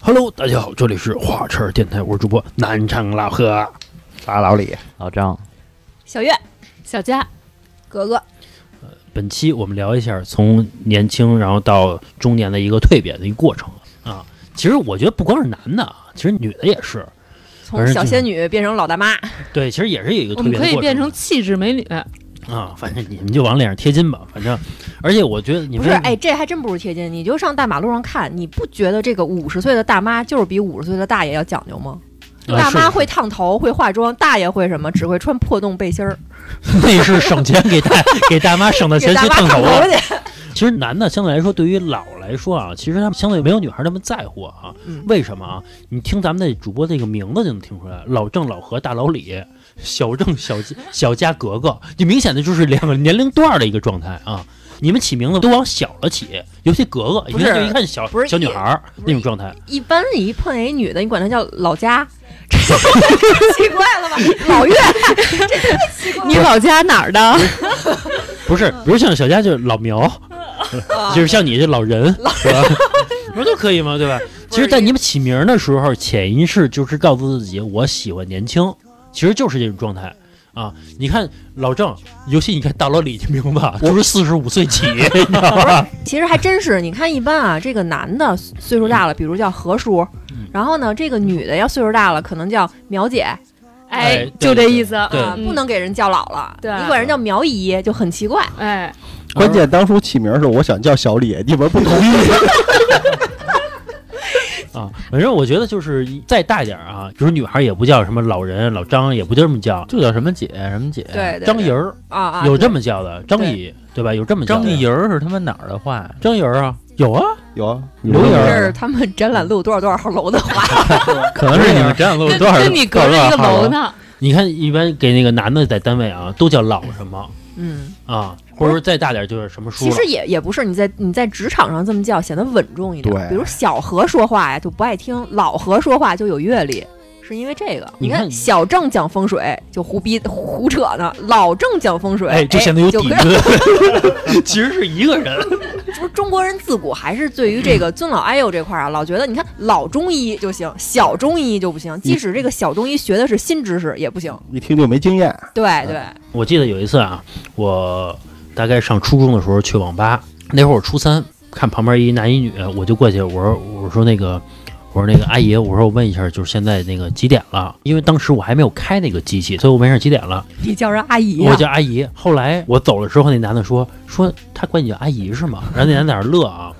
Hello，大家好，这里是华车电台，我是主播南昌老贺。打老李，老张，小月、小佳，格格，本期我们聊一下从年轻然后到中年的一个蜕变的一个过程啊。其实我觉得不光是男的啊，其实女的也是，从小仙女变成老大妈，对，其实也是有一个蜕我变们的过程。可以变成气质美女，啊，反正你们就往脸上贴金吧，反正，而且我觉得你不们是？哎，这还真不是贴金。你就上大马路上看，你不觉得这个五十岁的大妈就是比五十岁的大爷要讲究吗？啊大妈是会烫头，会化妆，大爷会什么？只会穿破洞背心儿， 那是省钱给大给大妈省的给钱大去妈烫烫头头啊。去。其实男的相对来说，对于老来说啊，其实他们相对没有女孩那么在乎啊。嗯为什么啊？你听咱们那主播这个名字就能听出来，老郑、老何、大老李、 小郑、小吉小佳、 格格，就明显的就是两个年龄段儿的一个状态啊。你们起名字都往小了起，尤其格格，一不看就是一看小不是小女也孩儿不是那种状态。一般一碰见一女的，你管她叫老家，这奇怪 了吧？老岳，你老家哪儿的？不是，比如像小佳就是老苗，啊就是像你这老人，是吧？不是都可以吗？对吧？其实，在你们起名儿的时候，潜意识就是告诉自己，我喜欢年轻，其实就是这种状态啊。你看老郑，尤其你看大老李这名字，啊都是四十五岁起，你知道吧？其实还真是，你看一般啊，这个男的岁数大了，比如叫何叔，嗯然后呢，这个女的要岁数大了，可能叫苗姐，哎对就这意思，对啊，嗯不能给人叫老了。对你管人叫苗姨就很奇怪。哎，关键当初起名的时候，我想叫小李，你们不同意。啊，反正我觉得就是再大一点儿啊，比如女孩也不叫什么老人、老张，也不就这么叫，就叫什么姐什么姐，对，对张姨对儿啊啊，有这么么叫的，张姨对吧？有这么叫张的姨儿是他们哪儿的话？张姨儿啊，有啊， 有啊，刘有颖这儿是他们展览路多少多少号楼的话，可能是你们展览路跟多少跟你隔着一个楼。呢，你看，一般给那个男的在单位啊，都叫老什么嗯，啊，或者说再大点就是什么叔其了实。也也不是，你在你在职场上这么叫显得稳重一点。对比如小何说话呀就不爱听，老何说话就有阅历。是因为这个，你你看看小郑讲风水就胡逼胡扯呢，老郑讲风水，哎，就显得有就底跟子， 其实是一个人。不是中国人自古还是对于这个尊老爱幼这块儿啊，老觉得你看老中医就行，小中医就不行。即使这个小中医学的是新知识也不行。一听就没经验。对对，我记得有一次啊，我大概上初中的时候去网吧，那会儿我初三，看旁边一男一女，我就过去，我说我说那个我说那个阿姨，我说我问一下，就是现在那个几点了？因为当时我还没有开那个机器，所以我问一下几点了。你叫人阿姨我啊，叫阿姨。后来我走了之后，那男的说说他管你叫阿姨是吗？然后那男的在那儿乐啊，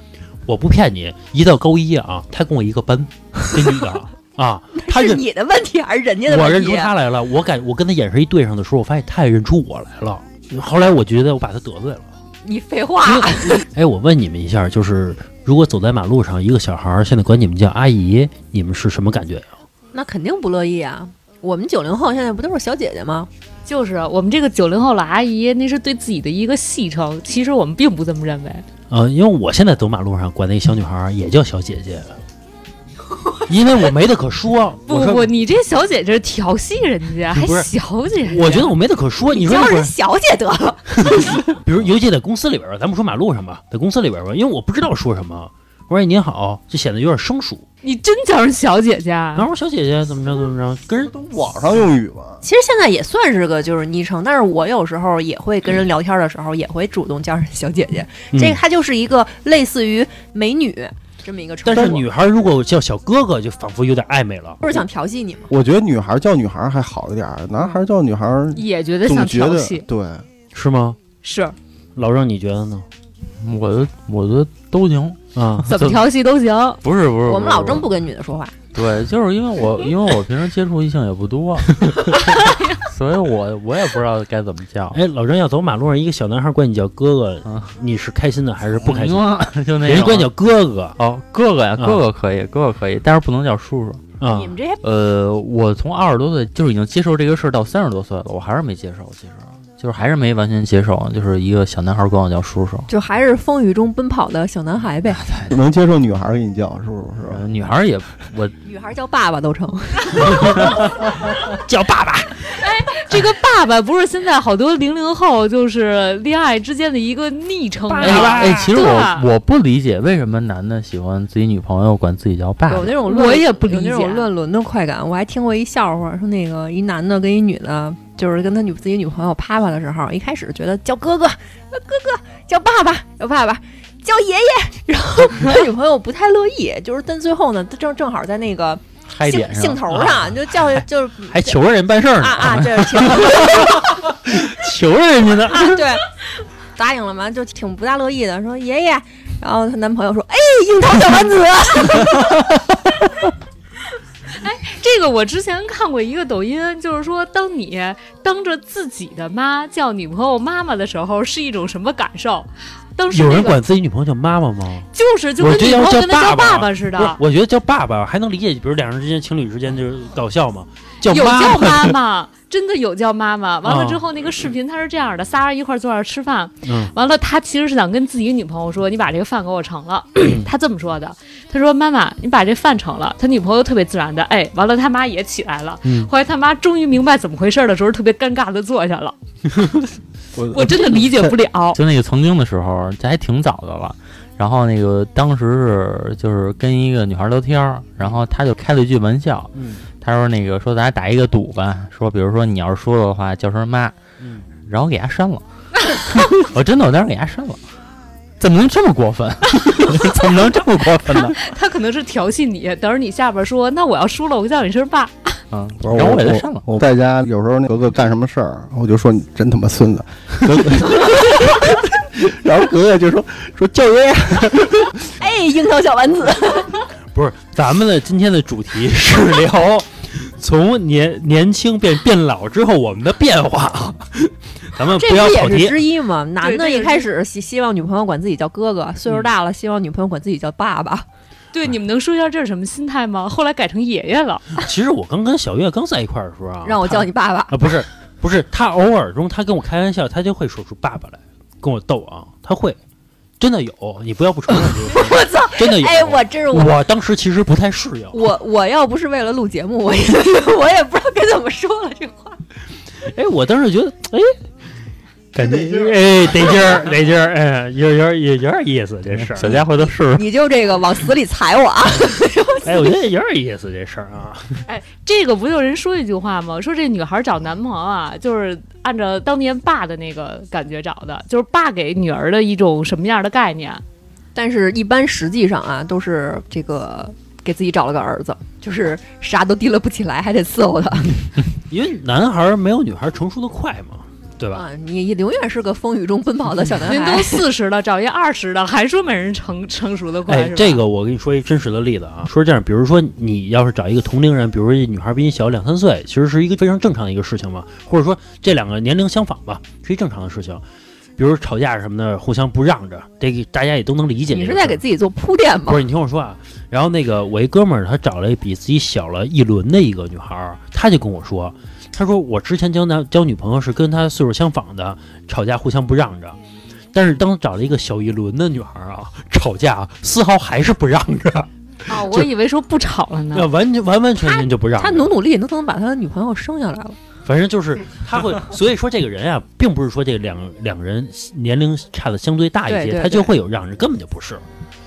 我不骗你，一到高一啊，他跟我一个班，这女的 啊啊，他是认你的问题还是人家的我问认出题？啊他来了，我感我跟他眼神一对上的时候，我发现他也认出我来了。后来我觉得我把他得罪了。你废话，哎，我问你们一下，就是如果走在马路上，一个小孩儿现在管你们叫阿姨，你们是什么感觉呀？啊那肯定不乐意啊。我们九零后现在不都是小姐姐吗？就是我们这个九零后老阿姨，那是对自己的一个戏称。其实我们并不这么认为，呃，因为我现在走马路上管那小女孩儿也叫小姐 姐，因为我没得可说。不我不说不，你这小姐姐是调戏人家，还不是小姐姐，我觉得我没得可说。你说叫那会人儿，小姐得了。比如尤其在公司里边儿，咱不说马路上吧，在公司里边儿吧，因为我不知道说什么。我说哎您好，就显得有点生疏。你真叫人小姐啊姐，然后我说小姐姐怎么着怎么着，跟人网上用语嘛，其实现在也算是个就是昵称，但是我有时候也会跟人聊天的时候也会主动叫人小姐姐。这个嗯它就是一个类似于美女这么一个称但是呼。女孩儿如果叫小哥哥，就仿佛有点暧昧了。不是想调戏你吗？我觉得女孩叫女孩还好一点儿，男孩叫女孩也觉得总像觉调得戏，对，是吗？是老郑，你觉得呢？我的我的都行，啊，怎么调戏都行。不是不是，我是们老郑不跟女的说话，对，就是因为我因为我平时接触异性也不多， 所以我我也不知道该怎么叫。 哎，老郑要走马路上，一个小男孩管你叫哥哥啊，你是开心的还是不开心？心 就那人家种啊管你叫哥哥哦，哥哥呀，啊哥哥可以，哥哥可以，但是不能叫叔叔。啊你，们这些呃，我从二十多岁就是已经接受这个事儿到三十多岁了，我还是没接受，其实就是还是没完全接受，就是一个小男孩管我叫叔叔。就还是风雨中奔跑的小男孩 呗。能接受女孩给你叫，是不是？呃女孩儿也，我 女孩叫爸爸都成，叫爸爸。这个爸爸不是现在好多零零后就是恋爱之间的一个昵称吗？哎啊哎，其实我对我不理解为什么男的喜欢自己女朋友管自己叫爸爸有。那种乱我也不理有解。那种乱伦的快感。我还听过一笑话，说那个一男的跟一女的，就是跟他女自己女朋友啪啪的时候，一开始觉得叫哥哥，呃哥哥叫爸爸，叫爸爸。叫爷爷， 然后他女朋友不太乐意，就是但最后呢，他正正好在那个嗨兴点兴上，啊头上，就叫就是还求着人办事儿啊呢，啊，这挺求着人家呢。啊，对，答应了嘛，就挺不大乐意的，说爷爷。然后她男朋友说：“哎，樱桃小丸子。 这个我之前看过一个抖音，就是说，当你当着自己的妈叫女朋友妈妈的时候，是一种什么感受？当时、那有个、人管自己女朋友叫妈妈吗？就是就我跟觉得要女朋友叫跟他爸爸叫爸爸似不是的，，我觉得叫爸爸还能理解，比如两人之间、情侣之间就是搞笑嘛，叫有妈叫妈，妈妈， 真的有叫妈妈。完了啊之后，那个视频他是这样的，仨人一块儿坐那儿吃饭，嗯完了他其实是想跟自己女朋友说：“你把这个饭给我 盛了。”他这么说的，他说：“妈妈，你把这饭盛了。”他女朋友特别自然的，哎，完了他妈也起来了。嗯，后来他妈终于明白怎么回事儿的时候，特别尴尬的坐下 了。我我真的理解不了。就那个曾经的时候，这还挺早的了。然后那个当时是就是跟一个女孩聊天儿，然后他就开了一句玩笑，嗯他说那个说咱俩打一个赌吧，说比如说你要是输了的话叫声妈，嗯，然后给他删了。 我真的我当时给他删了，怎么能这么过分？ 怎么能这么过分呢？他可能是调戏你，等着你下边说，那我要输了，我叫你声爸。嗯，然后我给他删了。我在家有时候那格格干什么事儿，我就说你真他妈孙子。 格格然后格格就说说叫爷爷，”哎，樱桃小丸子，不是，咱们的今天的主题是 聊从年年轻变变老之后我们的变化， 咱们 这不要跑也是题。之一嘛？男的这一个开是始希希望女朋友管自己叫哥哥，岁数大了希望女朋友管自己叫爸爸。嗯对，你们能说一下这是什么心态吗？后来改成爷爷了，其实我刚跟小月刚在一块儿的时候啊，让我她叫你爸爸，啊，不是不是，他偶尔中他跟我开玩笑，他就会说出爸爸来跟我逗啊，他会真的有，你不要不承认这个 事儿， 我操！真的有。哎，我真是我我当时其实不太适应，我我要不是为了录节目，我也 我也不知道该怎么说了这话。哎，我当时觉得，哎，感觉哎得劲儿，得劲儿，哎，有有有有点意思这事儿。小家伙都试试，你就这个往死里踩我啊！ 哎，我觉得有点意思这事儿啊。这个不就有人说一句话吗？说这女孩找男朋友啊，就是按照当年爸的那个感觉找的，就是爸给女儿的一种什么样的概念？但是，一般实际上啊，都是这个给自己找了个儿子，就是啥都提了不起来，还得伺候他。因为男孩儿没有女孩儿成熟的快嘛，对吧？啊，你永远是个风雨中奔跑的小男 您都孩。四十了，找一二十的，还说没人成成熟的快，哎是吧，这个我跟你说一真实的例子啊，说是这样，比如说你要是找一个同龄人，比如说这女孩比你小两三岁，其实是一个非常正常的一个事情嘛，或者说这两个年龄相仿吧，是一正常的事情。比如吵架什么的，互相不让着，这个大家也都能理解这你个事是儿。在给自己做铺垫吗不？是，你听我说啊。然后那个我一哥们儿，他找了一比自己小了一轮的一个女孩儿，他就跟我说，他说我之前交男交女朋友是跟他岁数相仿的，吵架互相不让着。但是当找了一个小一轮的女孩儿啊， 吵架丝毫还是不让着，啊，我以为说不吵了呢那。 完全完完全全就不让着。啊他努努力，能不能把他的女朋友生下来了？反正就是他 会，所以说这个人啊，并不是说这两两个人年龄差的相对大一些，对对他就对会有让着，根本就不是。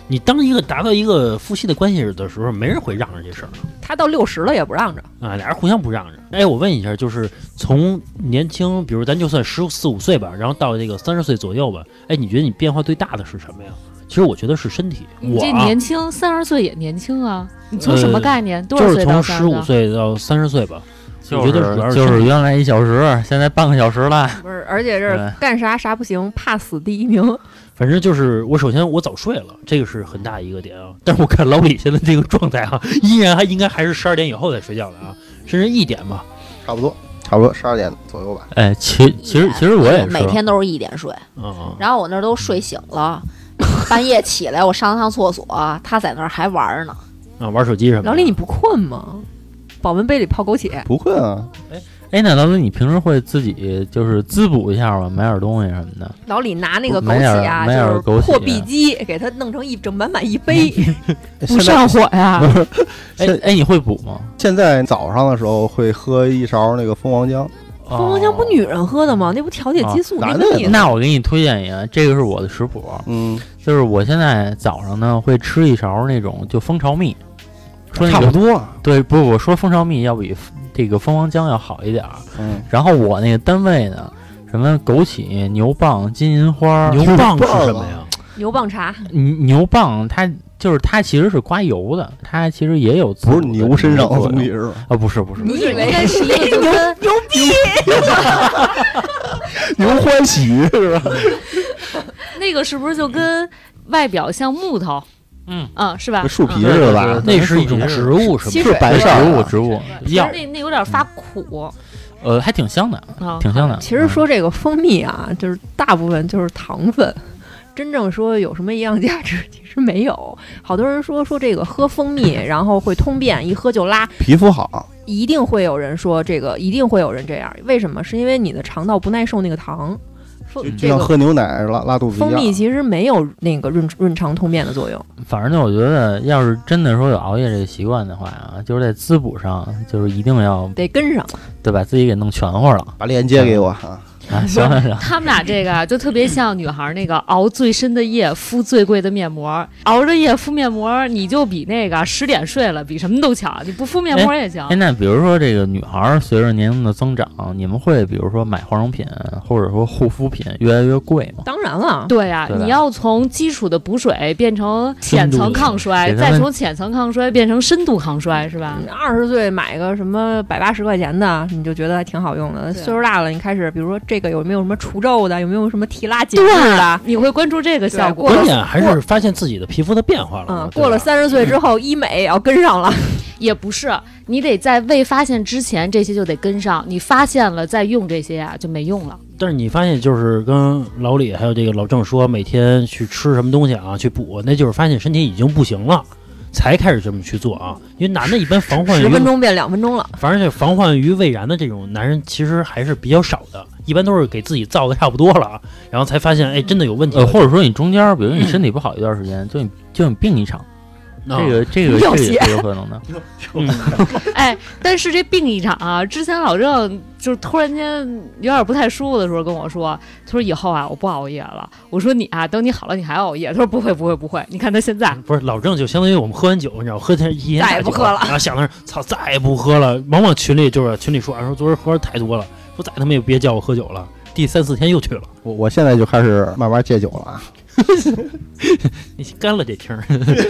你当一个达到一个夫妻的关系的时候，没人会让着这事儿。他到六十了也不让着，啊，俩人互相不让着。哎，我问一下，就是从年轻，比如咱就算十四五岁吧，然后到这个三十岁左右吧，哎，你觉得你变化最大的是什么呀？其实我觉得是身体。你我这啊年轻，三十岁也年轻啊！你从什呃么概念？多就少是岁到从三十十五？岁到三十岁吧，就我觉得主要是是就是身体原来一小时，现在半个小时了。不是？而且对是干啥啥不行，怕死第一名。反正就是我首先我早睡了，这个是很大一个点啊。但是我看老李现在这个状态啊，依然还应该还是十二点以后才睡觉的啊，甚至一点吧。差不多差不多十二点左右吧。哎，其其实其实哎我也是，每天都是一点睡，嗯，然后我那儿都睡醒了， 半夜起来我上了趟厕所，他在那儿还玩儿呢。啊，玩手机什么的。 老李，你不困吗？保温杯里泡枸杞，不困啊，哎，那老李，你平时会自己就是滋补一下吗？买点东西什么的？老李拿那个买枸点杞啊，买就点是枸杞破壁机，给他弄成一整满满一杯。现在上火呀！哎现哎，你会补吗？现在早上的时候会喝一勺那个蜂王浆，哦蜂王浆不女人喝的吗？那不调节激素，啊那男的跟也你能那我给你推荐一个，这个是我的食谱，嗯，就是我现在早上呢会吃一勺那种就蜂巢蜜，说差那个不多，啊对，不，我说蜂巢蜜要比这个蜂王浆要好一点儿。嗯，然后我那个单位呢，什么枸杞、牛蒡、金银花、牛棒蒡是了什么呀？牛蒡茶，牛牛蒡，它就是它其实是刮油的，它其实也有不是牛身上的东西啊、是吧？不是不是，你以为应该是一个就跟牛欢喜是吧？那个是不是就跟外表像木头？嗯啊，是吧？跟树皮嗯似的吧？那是一种植物，是吸吗？是水白色植儿物的啊植物其实药，那那有点发苦呃，还挺香的，啊。挺香的。嗯其实说这个蜂蜜啊，就是大部分就是糖分，真正说有什么营养价值，其实没有。好多人说说这个喝蜂蜜，然后会通便，一喝就拉，皮肤好，一定会有人说这个，一定会有人这样。为什么？是因为你的肠道不耐受那个糖。蜂嗯就就这像个喝牛奶拉拉肚子一蜂蜜样。其实没有那个润润肠通便的作用。嗯反正呢，我觉得要是真的说有熬夜这个习惯的话啊，就是在滋补上，就是一定要得跟上，对把自己给弄全乎了把链接给我啊！啊。行行行，他们俩这个啊就特别像女孩儿那个熬最深的夜敷最贵的面膜，熬着夜敷面膜，你就比那个十点睡了比什么都强，你不敷面膜也行哎，。那比如说这个女孩儿随着年龄的增长，你们会比如说买化妆品或者说护肤品越来越贵吗？当然了，对呀、对吧你要从基础的补水变成浅层抗衰，深度的给他再们从浅层抗衰变成深度抗衰，是吧？二十岁买个什么百八十块钱的，你就觉得还挺好用的。对啊岁数大了，你开始比如说这个有没有什么除皱的，有没有什么提拉紧致的对，，啊你会关注这个效果对。关键还是发现自己的皮肤的变化了嗯嘛。，对过了吧三十岁之后，医美也要跟上 了。也不是，你得在未发现之前，这些就得跟上。你发现了再用这些啊，就没用了。但是你发现，就是跟老李还有这个老郑说，每天去吃什么东西啊，去补，那就是发现身体已经不行了，才开始这么去做啊。因为男的一般防患于 十分钟变两分钟了，反正这防患于未然的这种男人其实还是比较少的，一般都是给自己造的差不多了啊，然后才发现哎真的有问题了。呃，或者说你中间儿，比如你身体不好一段时间，就你就你病一场，啊这个这个要这个血也是有可能的。 哎，但是这病一场啊，之前老郑就是突然间有点不太舒服的时候跟我说，他说以后啊我不熬夜了。我说你啊，等你好了你还熬夜。他说不会不会不会，你看他 现在 不是老郑，就相当于我们喝完酒，你知道，喝天一天再也不喝 了然后想的是操，再也不喝了。往往群里就是群里说，啊说昨儿喝的太多了，说再他妈也别叫我喝酒了。第三四天又去了，我我现在就开始慢慢戒酒了啊！你干了这听儿，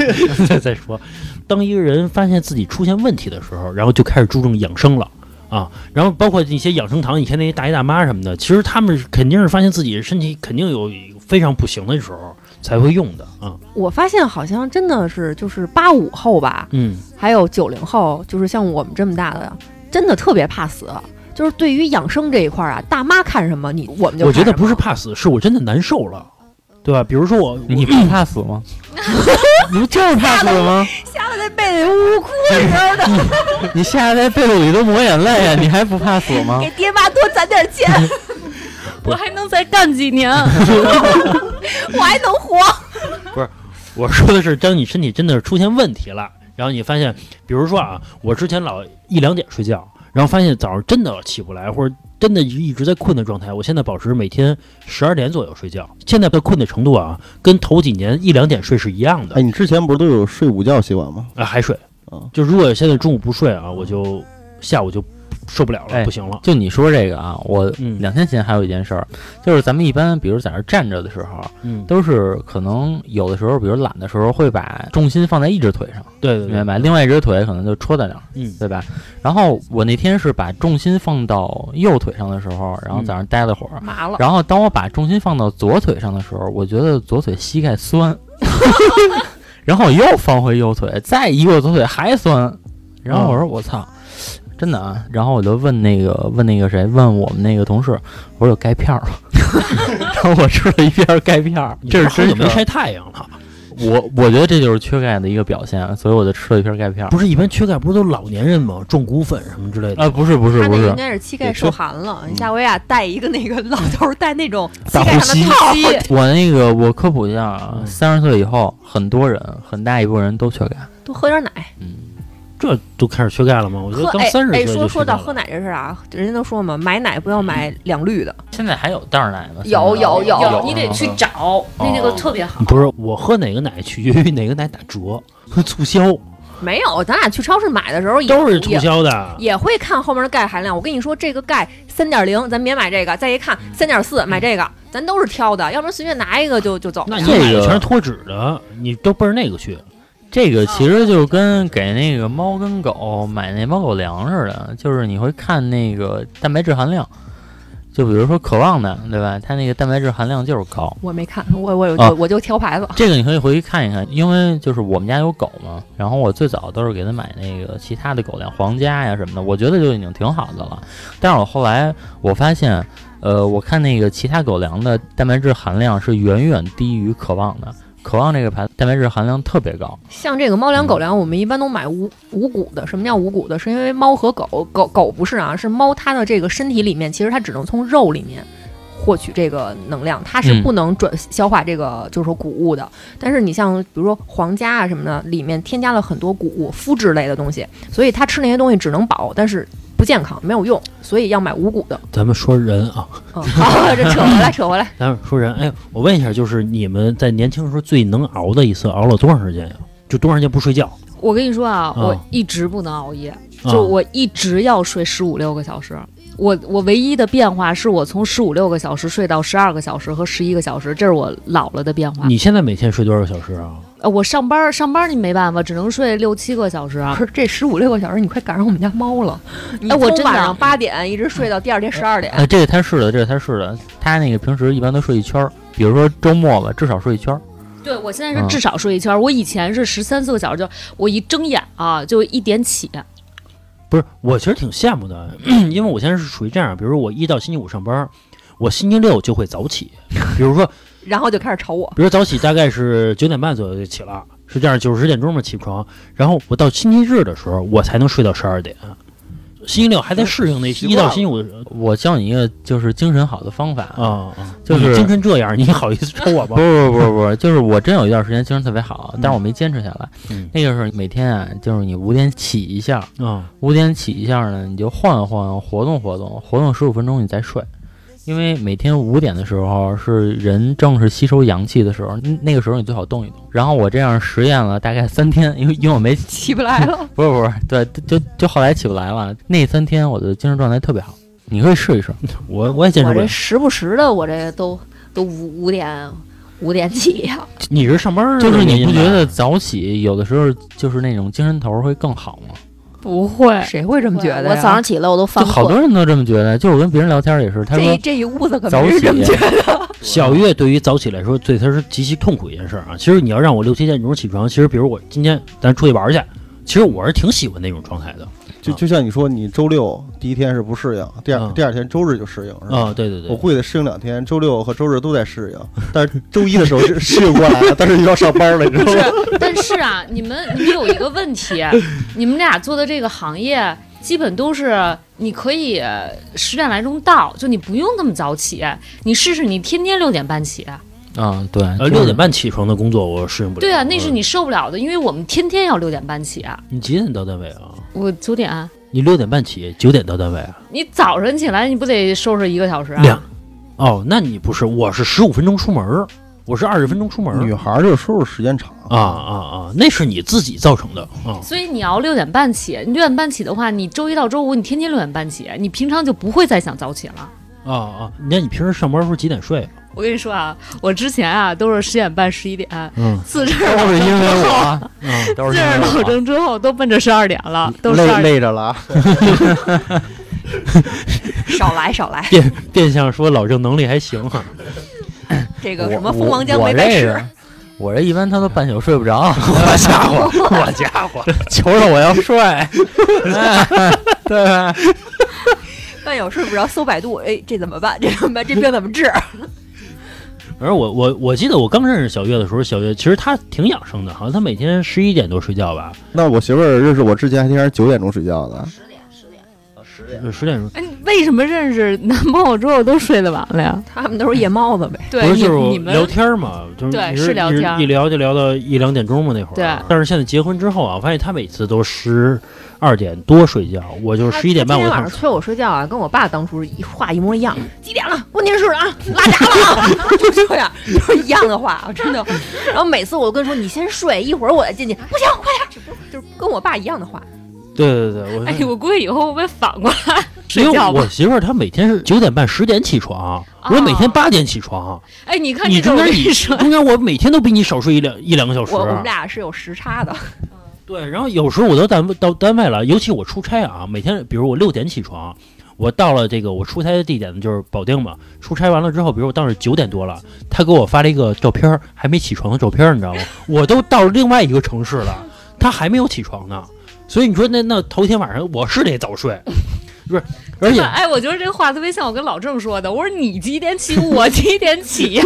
再再说。当一个人发现自己出现问题的时候，然后就开始注重养生了。啊，然后包括一些养生堂，以前那些大爷大妈什么的，其实他们是肯定是发现自己身体肯定有非常不行的时候才会用的啊，我发现好像真的是就是八五后吧，嗯，还有九零后，就是像我们这么大的，真的特别怕死。就是对于养生这一块儿啊，大妈看什么你我们就我觉看得什不是么怕死，是我真的难受了，对吧？比如说我，你我不怕死吗？你不就是怕死吗？吓得在被子里呜呜哭里 边儿的，你吓得在被子里都抹眼泪啊，你还不怕死吗给？爹妈多攒点钱，我还能再干几年。我还能活。我说的是，当你身体真的是出现问题了，然后你发现，比如说啊，我之前老一两点睡觉，然后发现早上真的起不来，或者真的一直在困的状态。我现在保持每天十二点左右睡觉，现在的困的程度啊，跟头几年一两点睡是一样的哎，，你之前不是都有睡午觉习惯吗？啊，还睡嗯。就如果现在中午不睡啊，我就下午就受不了了，哎不行了。就你说这个啊，我嗯两天前还有一件事儿，就是咱们一般比如在那儿站着的时候，啊嗯，都是可能有的时候，比如懒的时候，会把重心放在一只腿上，对对明对，白？另外一只腿可能就戳在那儿。嗯，对吧？然后我那天是把重心放到右腿上的时候，然后早上待了会儿， 麻了，然后当我把重心放到左腿上的时候，我觉得左腿膝盖酸， 然后我又放回右腿，再一个左腿还酸，然后我说我操，真的啊！然后我就问那个问那个谁，问我们那个同事，我说有钙片儿吗？ 然后我吃了一片儿钙片儿，这是啊好久真没事儿晒太阳了。我我觉得这就是缺钙的一个表现，所以我就吃了一片儿钙片儿。不是一般缺钙不是都老年人吗？中骨粉什么之类的啊，不是不是他不那是应，该是膝盖受寒了。嗯你夏维亚戴一个那个老头儿戴那种膝大盖护上的膝套儿，我那个我科普一下啊，嗯三十岁以后，很多人很大一部分人都缺钙。多喝点奶。嗯，这都开始缺钙了吗？我觉得喝刚哎三十哎，岁说就说缺钙到了嗯喝。奶这事儿啊，人家都说嘛，买奶不要买两绿的，现在还有袋儿奶吗？有现在嗯有有你得去找，那那个特别好。不是我喝哪个奶取决于哪个奶打 折，促销没有，咱俩去超市买的时候也都是促也销的。也会看后面的钙含量。我跟你说，这个钙三点零，咱别买这个；再一嗯看三点四，买这个。咱都是挑的，要不然随便拿一个就就走。那你这买的个全是脱脂的，你都奔着那个去。这个其实就跟给那个猫跟狗买那猫狗粮似的，就是你会看那个蛋白质含量，就比如说渴望的，对吧？它那个蛋白质含量就是高。我没看，我我我、啊我就挑牌子。这个你可以回去看一看，因为就是我们家有狗嘛，然后我最早都是给它买那个其他的狗粮，皇家呀什么的，我觉得就已经挺好的了。但是我后来我发现，呃，我看那个其他狗粮的蛋白质含量是远远低于渴望的，渴望这个牌蛋白质含量特别高。像这个猫粮、狗粮，我们一般都买无无骨的。什么叫无骨的？是因为猫和狗，狗狗不是啊，是猫它的这个身体里面，其实它只能从肉里面获取这个能量，它是嗯不能转消化这个就是说谷物的。但是你像比如说皇家啊什么的，里面添加了很多谷物、麸质类的东西，所以它吃那些东西只能饱，但是不健康，没有用，所以要买无骨的。咱们说人啊，嗯， 好，这扯回来，扯回来。咱们说人。哎，我问一下，就是你们在年轻时候最能熬的一次，熬了多长时间呀？就多长时间不睡觉？我跟你说啊，嗯我一直不能熬夜，啊就我一直要睡十五六个小时。我我唯一的变化是我从十五六个小时睡到十二个小时和十一个小时，这是我老了的变化。你现在每天睡多少个小时啊？呃，我上班上班你没办法，只能睡六七个小时啊。不是这十五六个小时，你快赶上我们家猫了。你哎我从真的晚上八点一直睡到第二天十二点。 呃，这个他是的，这个他是的，他那个平时一般都睡一圈儿，比如说周末吧，至少睡一圈儿。对，我现在嗯是至少睡一圈儿，我以前是十三四个小时，就我一睁眼啊就一点起。不是，我其实挺羡慕的， 因为我现在是属于这样，比如说我一到星期五上班，我星期六就会早起，比如说，然后就开始吵我。比如早起大概是九点半左右就起了，是这样，九十点钟嘛起床，然后我到星期日的时候，我才能睡到十二点，星期六还在适应那习一惯了到星期五的时候我教你一个就是精神好的方法，啊，啊就是你精神这样，你好意思抽我不吗？不不不不，就是我真有一段时间精神特别好，但是我没坚持下来。嗯那就是每天啊，就是你五点起一下， 啊，五点起一下呢，你就晃悠晃悠，活动活动，活动十五分钟你再睡。因为每天五点的时候是人正是吸收阳气的时候，嗯那个时候你最好动一动。然后我这样实验了大概三天，因为因为我没起不来 了，不是不是，对，就就后来起不来了。那三天我的精神状态特别好，你可以试一试。 我我也坚持我不这了。时不时的，我这都都五五点五点起呀、啊你是上班儿就是原你因不觉吧得早起有的时候就是那种精神头儿会更好吗？不会，谁会这么觉得呀？我早上起来我都犯就好困，多人都这么觉得，就是我跟别人聊天也是，他这一说这一屋子可早没人起这么觉得。 小月对于早起来说，对她是极其痛苦一件事儿啊。其实你要让我六七点钟起床，其实比如我今天咱出去玩儿去，其实我是挺喜欢那种状态的就就像你说，你周六第一天是不适应，第二嗯第二天周日就适应，是吧？啊。对对对，我估计得适应两天，周六和周日都在适应，但是周一的时候是适应过来了，但是又要上班了，你知道吗？ 但是啊，你们你们有一个 问题，你们俩做的这个行业基本都是你可以呃十点来钟到，就你不用那么早起，你试试你天天六点半起。嗯，对，呃，就是六点半起床的工作我适应不了。对啊，那是嗯你受不了的，因为我们天天要六点半起啊。你几点到单位啊？我九点 啊，你六点半起，九点到单位啊？你早晨起来你不得收拾一个小时啊？两哦，那你不是，我是十五分钟出门儿，我是二十分钟出门女儿。孩儿就收拾时间长啊啊啊！那是你自己造成的啊。所以你要六点半起，你六点半起的话，你周一到周五你天天六点半起，你平常就不会再想早起了。啊啊！那你平时上班的时候几点睡啊？我跟你说啊，我之前啊都是十点半、十一点，嗯自这儿都是因为我，嗯啊， 都是自因儿老为我。郑之后都奔着十二点了，都十累二点。累着了啊。少来少来，变变相说老郑能力还行啊。这个我什么我蜂王浆我啊没白这吃 个。我这一般他都半宿睡 不着，好家伙，好家伙，求着我要 睡，哎对吧？ 但有睡不着，搜百度，哎，这怎么办？这怎么办？这病怎么治？而我我我记得我刚认识小月的时候，小月其实她挺养生的，好像她每天十一点多睡觉吧，那我媳妇儿认识我之前，还天天九点钟睡觉的，十点钟。哎，你为什么认识男朋友之后都睡得晚了呀？ 他们都是夜猫子呗。对，不是你就你是们聊天嘛，就是对你是是聊你天一聊就聊到一两点钟嘛那会儿。啊对但是现在结婚之后啊，我发现他每次都十二点多睡觉，我就他十一点半他我今就天躺晚上床催我睡觉啊，跟我爸当初一话一模一样。嗯几点了？关电视了啊， 拉闸了啊， 就这样，就是一样的话，我真的。然后每次我跟他说你先睡，一会儿我再进去，不行，快点，就是跟我爸一样的话。对对对，我哎，我估计以后会不会反过 来因睡为觉吧我？媳妇儿她每天是九点半十点起床，我每天八点起床，哎，你看你这中个我间跟你你说，中间我每天都比你少睡一两一两个小时我。我们俩是有时差的，对，然后有时候我都单位到单位了，尤其我出差啊，每天比如我六点起床，我到了这个我出差的地点呢就是保定嘛，出差完了之后，比如我当时九点多了，他给我发了一个照片儿，还没起床的照片儿，你知道吗？ 我都到另外一个城市了，他还没有起床呢，所以你说那那头天晚上我是得早睡， 不是？而 且哎，我觉得这话特别像我跟老郑说的，我说你几点起，我几点起呀、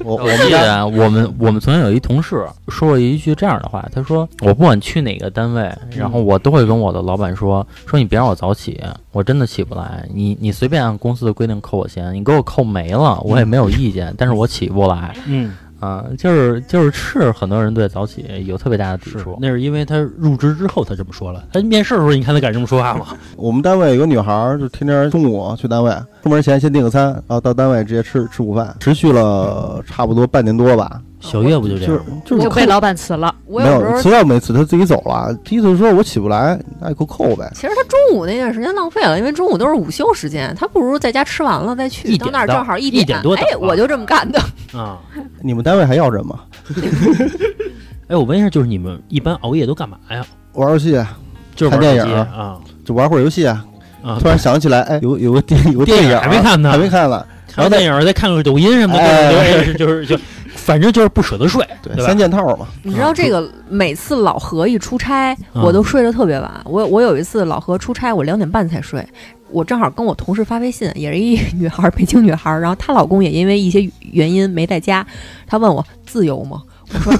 我我记得啊我们我们曾经有一同事说过一句这样的话，他说我不管去哪个单位，然后我都会跟我的老板说说你别让我早起，我真的起不来，你你随便按公司的规定扣我钱，你给我扣没了我也没有意见，但是我起不来嗯，啊、就是就是是很多人对早起有特别大的抵是触，那是因为他入职之后他这么说了，他面试的时候你看他敢这么说话吗？我们单位有个女孩儿，就天天中午去单位，出门前先订个餐，然后到单位直接吃吃午饭，持续了差不多半年多吧。小月不就这就是样吗？就是 我扣被老板辞了，我没有时候有辞掉每次她自己走了，第一次说我起不来，那你给我扣呗。其实他中午那段时间浪费了，因为中午都是午休时间，他不如在家吃完了再去，一到点那儿到正好一一点，点多哎，到我就这么干的。啊，你们单位还要人吗？哎，我问一下，就是你们一般熬夜都干嘛呀？玩游戏啊就是看玩手电影机儿啊就玩会儿游戏啊。啊！突然想起来，哎，有有个电有个电电影影儿还没看呢还没看呢。看电影儿，再看个抖音什么的，哎对，就是就是就，反正就是不舍得睡，对，对吧三？件套嘛。你知道这个，每次老何一出差，嗯我都睡得特别晚。我我有一次老何出差，我两点半才睡。我正好跟我同事发微信，也是一 女孩儿，北京女孩儿。然后她老公也因为一些原因没在家，她问我自由吗？我说，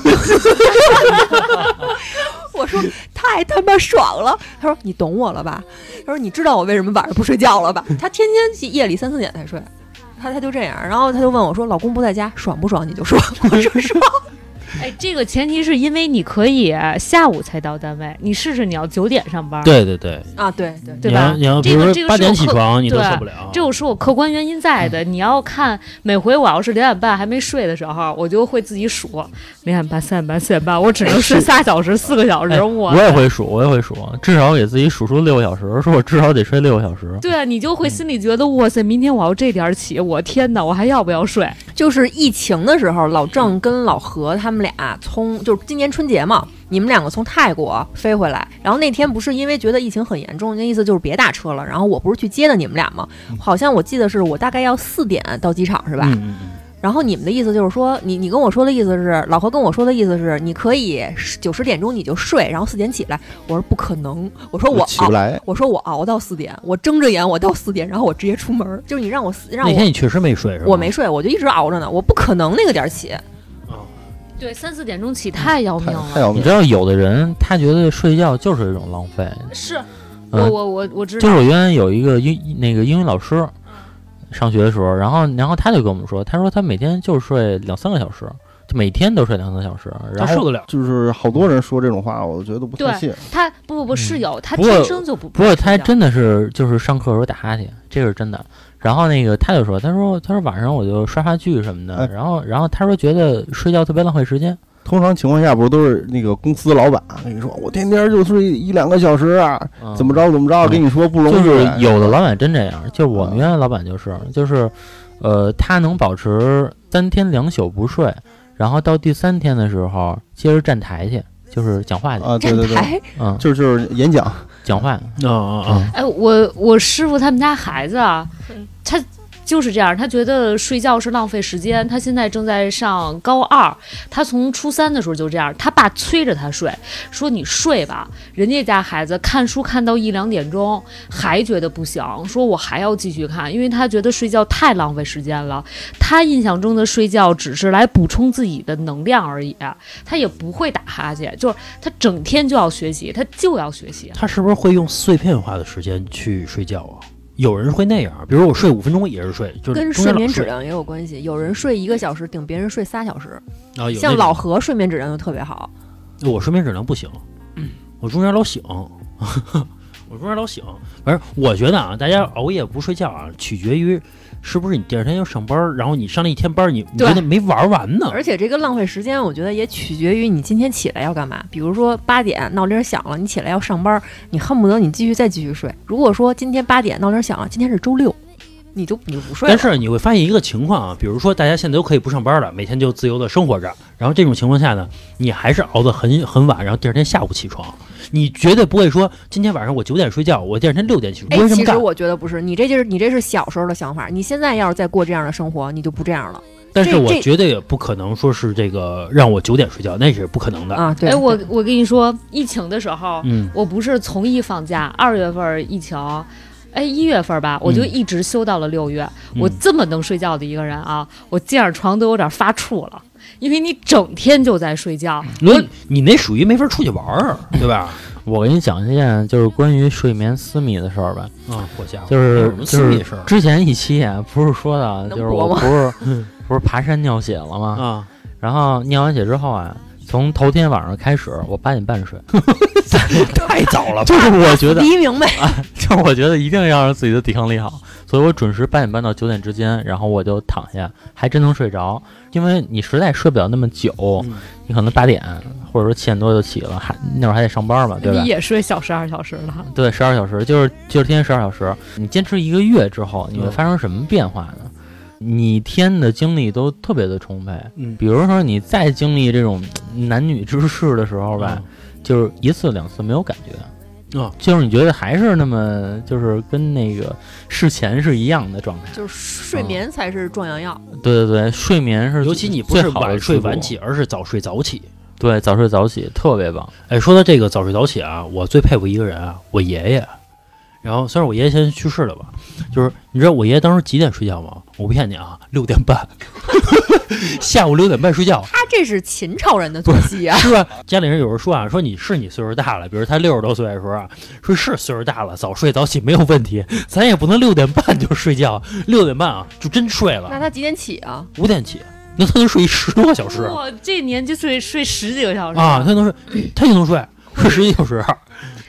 我说太他妈爽了。她说你懂我了吧？她说你知道我为什么晚上不睡觉了吧？她天天夜里三四点才睡，她她就这样。然后她就问我说，老公不在家，爽不爽？你就 说，我说爽。哎，这个前提是因为你可以下午才到单位，你试试你要九点上班，对对对，啊，对对。对你吧要你要比这个如这说个八是点我起客床，你都对受不了。这种是我客观原因在嗯的。你要看每回我要是两点半还没睡的时候，我就会自己数两点半、三点半、四点半，我只能睡仨小时、四个小时。哎我我也会数，我也会数，至少给自己数出六个小时，说我至少得睡六个小时。对你就会心里觉得，哇塞，明天我要这点儿起，我天哪，我还要不要睡？就是疫情的时候，老郑跟老何他们俩从就是今年春节嘛，你们两个从泰国飞回来，然后那天不是因为觉得疫情很严重，那意思就是别打车了。然后我不是去接的你们俩吗？嗯好像我记得是我大概要四点到机场是吧？嗯嗯嗯然后你们的意思就是说，你你跟我说的意思是，老何跟我说的意思是，你可以九十点钟你就睡，然后四点起来。我说不可能，我说我哦起熬不，来，我说我熬到四点，我睁着眼我到四点，然后我直接出门儿。就是你让我四让嗯那我天你确实没睡是吧？我没睡，我就一直熬着呢，我不可能那个点儿起。对，三四点钟起太要太命了。太要你命知。道，有的人他觉得睡觉就是一种浪费，是嗯我我我我知就道嗯是，我原来有一个英那个英语老师，上学的时候，然后然后他就跟我们说，他说他每天就睡两三个小时，就每天都睡两三个小时，他然受后得了。就是好多人说这种话，我觉得不太对信。他不不不是嗯有，他不过天生就不不过他睡觉真的是就是上课的时候打哈欠，这是真的。然后那个他就说，他说他说晚上我就刷刷剧什么的哎，然后然后他说觉得睡觉特别浪费时间，通常情况下，不是都是那个公司老板跟你说，我天天就睡一两个小时啊，嗯怎么着怎么着，嗯跟你说不容易。啊就是啊有的老板真这样，就是我们嗯原来老板就是，就是，呃，他能保持三天两宿不睡，然后到第三天的时候接着站台去，就是讲话去，啊，对站对对，台嗯，就是就是演讲，讲话，啊啊啊！哎，我我师傅他们家孩子啊，他就是这样，他觉得睡觉是浪费时间。他现在正在上高二，他从初三的时候就这样，他爸催着他睡，说你睡吧。人家家孩子看书看到一两点钟还觉得不行，说我还要继续看，因为他觉得睡觉太浪费时间了。他印象中的睡觉只是来补充自己的能量而已，啊他也不会打哈欠，就是他整天就要学习，他就要学习。他是不是会用碎片化的时间去睡觉啊？有人会那样，比如我睡五分钟也是睡，就是跟中睡间老眠质量也有关系。有人睡一个小时，顶别人睡仨小时。啊，有像那老种何睡眠质量就特别好，我睡眠质量不行，嗯我中间老 醒，我中间老醒。反正我觉得啊，大家熬夜不睡觉啊，取决于是不是你第二天要上班儿，然后你上了一天班儿，你你对觉得没玩完呢？而且这个浪费时间，我觉得也取决于你今天起来要干嘛。比如说八点闹铃响了，你起来要上班，你恨不得你继续再继续睡。如果说今天八点闹铃响了，今天是周六，你就你就不睡了但。是你会发现一个情况啊，比如说大家现在都可以不上班了，每天就自由的生活着。然后这种情况下呢，你还是熬得很很晚，然后第二天下午起床，你绝对不会说今天晚上我九点睡觉，我第二天六点起床，不哎，会这么其实干。我觉得不是，你这就是你这是小时候的想法。你现在要是再过这样的生活，你就不这样了但是这我这绝对也不可能说是这个让我九点睡觉，那是不可能的。啊！对，哎，我对我跟你说，疫情的时候，嗯，我不是从一放假，二月份儿疫情，哎，一月份儿吧，我就嗯一直休到了六月。嗯我这么能睡觉的一个人啊，我进上床都有点发怵了，因为你整天就在睡觉。所以你那属于没法出去玩儿，对吧？我给你讲一件就是关于睡眠私密的事儿吧，啊，我家伙，就是有什么就私密是的事儿之前一期啊不是说的，能就是播我吗不是不是爬山尿血了吗？啊，然后尿完血之后啊，从头天晚上开始，我八点半睡， 太早了吧？就是我觉得黎明呗， 就是我觉得一定要让自己的抵抗力好，所以我准时八点半到九点之间，然后我就躺下，还真能睡着。因为你实在睡不了那么久，嗯你可能八点或者说七点多就起了，还那会儿还得上班嘛，对吧你？也睡小十二小时了，对，十二小时就是就是天天十二小时。你坚持一个月之后，你会嗯发生什么变化呢？你一天的精力都特别的充沛。嗯，比如说你再经历这种嗯男女之事的时候好吧，就是一次两次没有感觉，啊就是你觉得还是那么，就是跟那个事前是一样的状态。就是睡嗯眠才是壮阳药。对对对，睡眠是尤其你不最是好的晚食睡补晚起，，而是早睡早起。对，早睡早起特别棒。哎，说到这个早睡早起啊，我最佩服一个人啊，我爷爷。然后虽然我爷爷现在去世了吧，就是你知道我爷爷当时几点睡觉吗？我不骗你啊，六点半， 下午六点半睡觉，他这是秦朝人的作息 啊，是吧？家里人有人说啊，说你是你岁数大了，比如他六十多岁的时候啊，说是岁数大了，早睡早起没有问题，咱也不能六点半就睡觉，六点半啊就真睡那了，他几点起啊？五点起，那他能睡十多个小时啊哇，这年纪睡睡十几个小时啊，他能睡，他就能睡睡十几小时，啊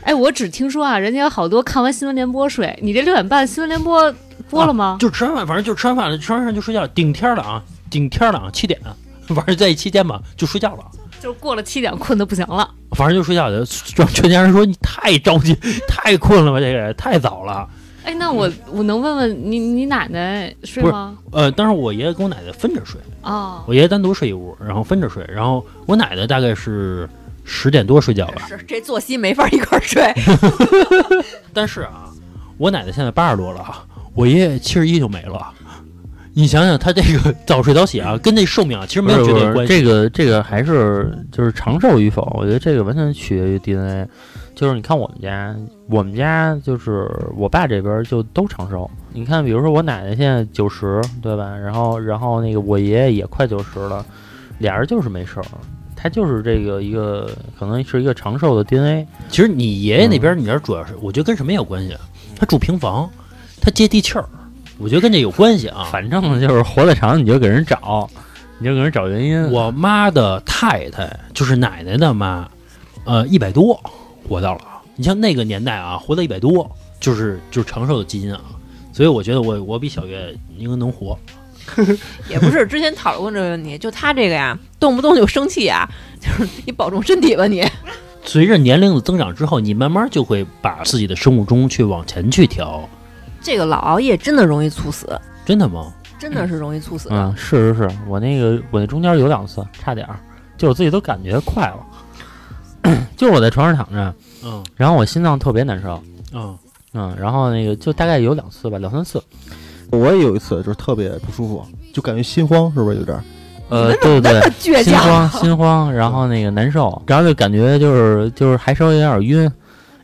哎，我只听说啊，人家有好多看完新闻联播睡，你这六点半新闻联播播了吗？就吃完饭，反正就吃完饭了，吃完饭就睡觉，顶天了啊，顶天了啊，七点，晚上在一期间吧就睡觉了，就过了七点，困得不行了。反正就睡觉去，让全家人说你太着急，太困了吧，这个人太早了。哎，那我我能问问你，你奶奶睡不是吗？呃，当时我爷爷跟我奶奶分着睡，哦，我爷爷单独睡一屋，然后分着睡，然后我奶奶大概是十点多睡觉吧。是这作息没法一块儿 睡。但是啊，我奶奶现在八十多了啊，我爷爷七十一就没了。你想想，他这个早睡早起啊，跟这寿命啊其实没有绝对不是不关是系。这个这个还是就是长寿与否，我觉得这个完全取决于 DNA。就是你看我们家，我们家就是我爸这边儿就都长寿。你看，比如说我奶奶现在九十，对吧？然后然后那个我爷爷也快九十了，俩人就是没事儿。他就是这个一个可能是一个长寿的 DNA，其实你爷爷那嗯边，你要主要是，我觉得跟什么有关系啊？他住平房，他接地气儿，我觉得跟这有关系啊。反正就是活得长你就给人找，你就给人找原因。我妈的太太就是奶奶的妈，呃，一百多活到了。你像那个年代啊，活到一百多，就是就是长寿的基因啊。所以我觉得我我比小月应该能活。也不是，之前讨论过这个问题，就他这个呀，动不动就生气啊，就是 你保重身体吧你。随着年龄的增长之后，你慢慢就会把自己的生物钟去往前去调。这个老熬夜真的容易猝死，真的吗？真的是容易猝死的。嗯，是是是，我那个我那中间有两次差点儿，就我自己都感觉快了， 就是我在床上躺着，嗯然后我心脏特别难受，嗯嗯，然后那个就大概有两次吧，两三次，我也有一次就是特别不舒服，就感觉心慌，是不是有点儿？呃，对对对， 倔心强，啊慌心慌，然后那个难受，然后就感觉就是就是还稍微有点晕，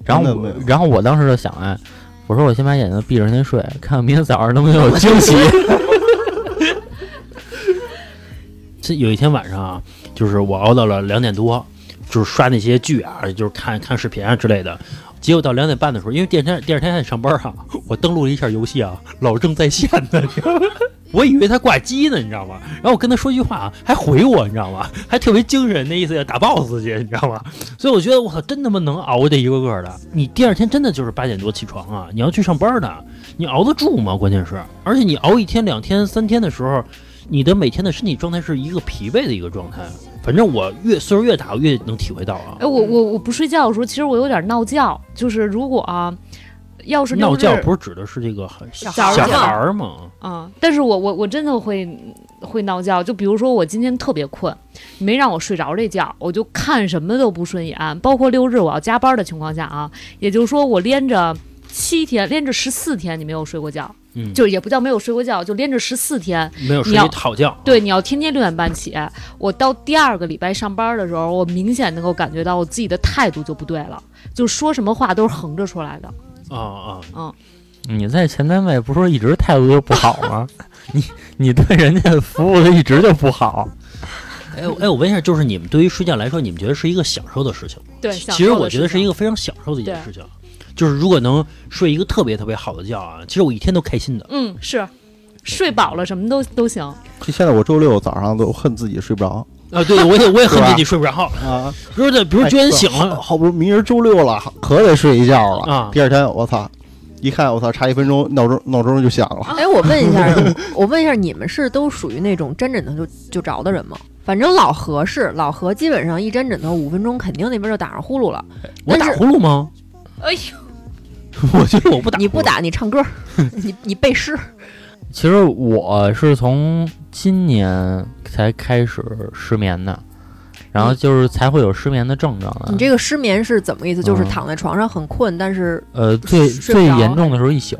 然后真的我没有然后我当时就想哎，我说我先把眼睛闭着先睡，看看明天早上能不能有惊喜， 这有一天晚上啊，就是我熬到了两点多，就是刷那些剧啊，就是看看视频啊之类的，结果到两点半的时候，因为第二天第二天还得上班啊，我登录了一下游戏啊，老郑在线的，你知道吗？我以为他挂机呢，你知道吗？然后我跟他说一句话啊，还回我，你知道吗？还特别精神，那意思要打 BOSS 去，你知道吗？所以我觉得我操，真他妈能熬这一个个的。你第二天真的就是八点多起床啊，你要去上班的，你熬得住吗？关键是，而且你熬一天、两天、三天的时候，你的每天的身体状态是一个疲惫的一个状态。反正我越岁数越大，我越能体会到啊哎，。我我我不睡觉的时候，其实我有点闹觉，就是如果啊，要是闹六觉日不是指的是这个小小孩小儿孩儿吗？啊、但是我我我真的会会闹觉，就比如说我今天特别困，没让我睡着这觉，我就看什么都不顺眼，包括六日我要加班的情况下啊，也就是说我连着七天，连着十四天你没有睡过觉，嗯，就是也不叫没有睡过觉，就连着十四天，没有睡你要一好觉。对，你要天天六点半起，我到第二个礼拜上班的时候，我明显能够感觉到我自己的态度就不对了，就说什么话都是横着出来的。啊啊，你在前单位不是说一直态度就不好吗？ 你你对人家服务的一直就不好，哎我哎，我问一下，就是你们对于睡觉来说，你们觉得是一个享受的事情吗？对，其实我觉得是一个非常享受的一件对事情，啊就是如果能睡一个特别特别好的觉啊，其实我一天都开心的。嗯，是睡饱了什么都都行。就现在我周六早上都恨自己睡不着啊，对，我也我也是恨吧自己睡不着，哎啊， 比如这，比如居然醒啊好了，好不容易明儿周六了，可得睡一觉了啊第二天我操，一看我操，差一分钟，闹钟闹钟就响了。哎，我问一下， 我问一下，你们是都属于那种沾枕头就就着的人吗？反正老何是老何，基本上一沾枕头五分钟，肯定那边就打上呼噜了。我打但是呼噜吗？哎呦，我觉得我不打呼噜，你不打，你 唱歌，你你背诗。其实我是从今年才开始失眠的，然后就是才会有失眠的症状啊你的。这个失眠是怎么意思？就是嗯躺在床上很困，但是呃，最睡不最着严重的时候一宿，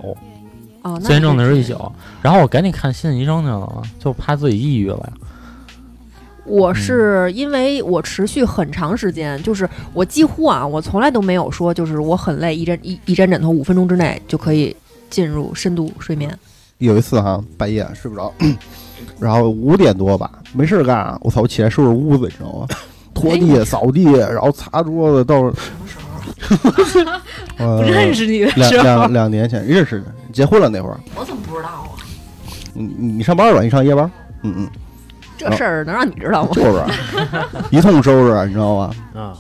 啊，那最严重的时候一是宿，然后我赶紧看心理医生去了，就怕自己抑郁了。我是因为我持续很长时间，就是我几乎啊，我从来都没有说，就是我很累，一沾一一沾枕头五分钟之内就可以进入深度睡眠。有一次哈、半夜睡不着， 然后五点多吧，没事儿干啊，我操，我起来收拾屋子，你知道 吗？拖哎地、扫地，然后擦桌子，到 呃不认识你的两时候两，两年前认识的，结婚了那会儿，我怎么不知道啊？你你你上班吧，你上夜班，嗯嗯，这事儿能让你知道吗？ 就是 啊一通收拾，你知道吗？啊，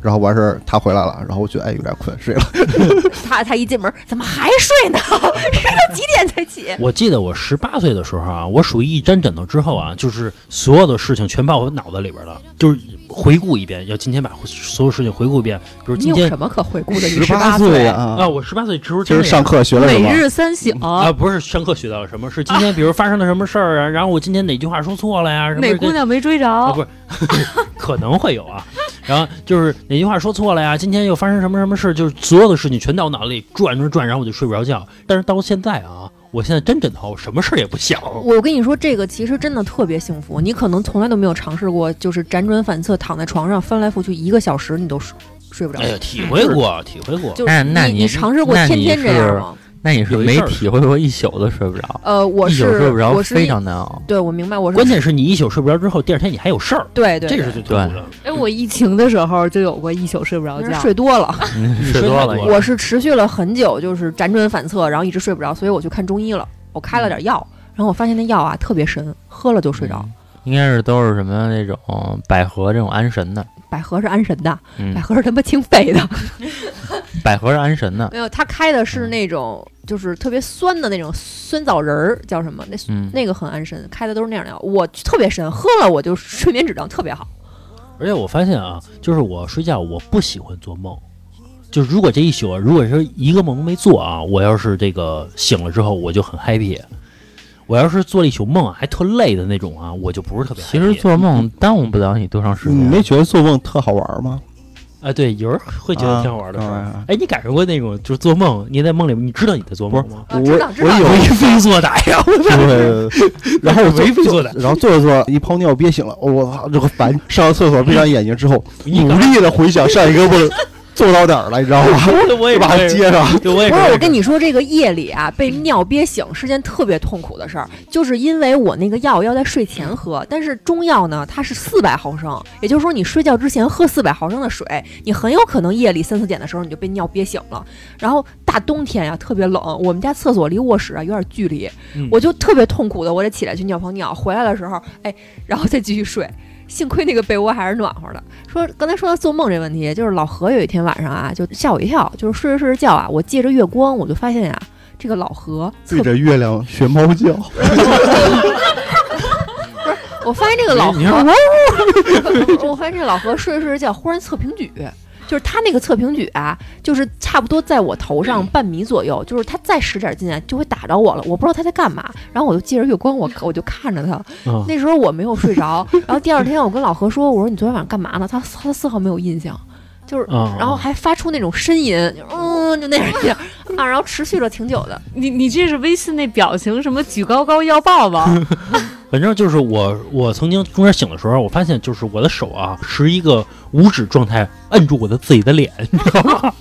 然后完事儿他回来了，然后我觉得哎有点困，睡了。 他他一进门，怎么还睡呢？ 这几点才起？我记得我十八岁的时候啊，我属于一沾枕头之后啊，就是所有的事情全把我脑子里边了，就是回顾一遍，要今天把所有事情回顾一遍，比如你今有天什么可回顾的？你十八八岁，啊啊，，我十八岁时候今真儿的上课学了什每么？日三省。啊，不是上课学到了什么，是今天比如发生了什么事儿啊，然后我今天哪句话说错了呀，什么哪跟姑娘没追啊，着不？是， 可能会有啊。然后就是哪句话说错了呀？今天又发生什么什么事？就是所有的事情全到我脑子里转转转，然后我就睡不着觉。但是到现在啊，我现在真枕头，什么事儿也不 想。我跟你说，这个其实真的特别幸福。你可能从来都没有尝试过，就是辗转反侧躺在床上翻来覆去一个小时，你都睡睡不着哎。呀，体会过，体会过。就那是那你你尝试过那天你天这样是吗？那你是有一没事儿体会过一宿都睡不着，呃，我一是宿睡不着我是非常难啊 熬。对，我明白，我是关键是你一宿睡不着之后，第二天你还有事儿，对对，这对是最痛苦的。哎，我疫情的时候就有过一宿睡不着那觉是。睡多了。 嗯你睡睡多太了多也了我是持续了很久，就是辗转反侧，然后一直睡不着，所以我去看中医了，我开了点药，然后我发现那药啊特别神，喝了就睡着。嗯应该是都是什么那种百合这种安神的，百合是安神的，嗯百，合是他妈清肺的。百合是安神的，没有，他开的是那种就是特别酸的那种酸枣仁儿，叫什么？那嗯，那个很安神，开的都是那样的药。我特别神，喝了我就睡眠质量特别好。而且我发现啊，就是我睡觉我不喜欢做梦，就如果这一宿啊，如果说一个梦都没做啊，我要是这个醒了之后我就很 happy，我要是做了一宿梦啊还特累的那种啊，我就不是特别 happy。其实做梦耽误不了你多长时你间啊嗯没。觉得做梦特好玩吗？啊，对，有人会觉得挺好玩的事儿。啊啊哎，你感受过那种就是做梦，你在梦里面你知道你在做梦吗？啊我知道知我道有为非作歹呀！我操对，然后我为非坐作歹，然后坐着坐着一泡尿憋醒了，我操，这个烦！上完厕所闭上眼睛之后，你努力的回想上一个梦，受到点儿了，你知道吗？ 我也就把他是，接上，对我也不是，我跟你你说，这个夜里啊，被尿憋醒是件特别痛苦的事儿，就是因为我那个药要在睡前喝，但是中药呢，它是四百毫升，也就是说你睡觉之前喝四百毫升的水，你很有可能夜里三四点的时候你就被尿憋醒了。然后大冬天呀、特别冷，我们家厕所离卧室啊有点距离，嗯我就特别痛苦的，我得起来去尿泡尿，回来的时候，哎，然后再继续睡。幸亏那个被窝还是暖和的。说刚才说到做梦这问题，就是老何有一天晚上啊，就吓我一跳，就是睡着睡着觉啊，我借着月光，我就发现呀、这个老何侧对着月亮学猫叫，我发现这个老何你看， 我我发现这个老何睡着睡着觉，忽然侧平举，就是他那个侧平举啊，就是差不多在我头嗯上半米左右，就是他再使点劲啊，就会打着我了。我不知道他在干嘛，然后我就借着月光，我我就看着他，啊那时候我没有睡着，然后第二天我跟老何说，我说你昨天晚上干嘛呢？他他丝毫没有印象，就是。啊，然后还发出那种呻吟，就是嗯，就那种劲儿啊，然后持续了挺久的。你你这是微信那表情什么举高高要抱抱，反正就是我，我曾经中间醒的时候，我发现就是我的手啊，持一个五指状态摁住我的自己的脸，你知道吗？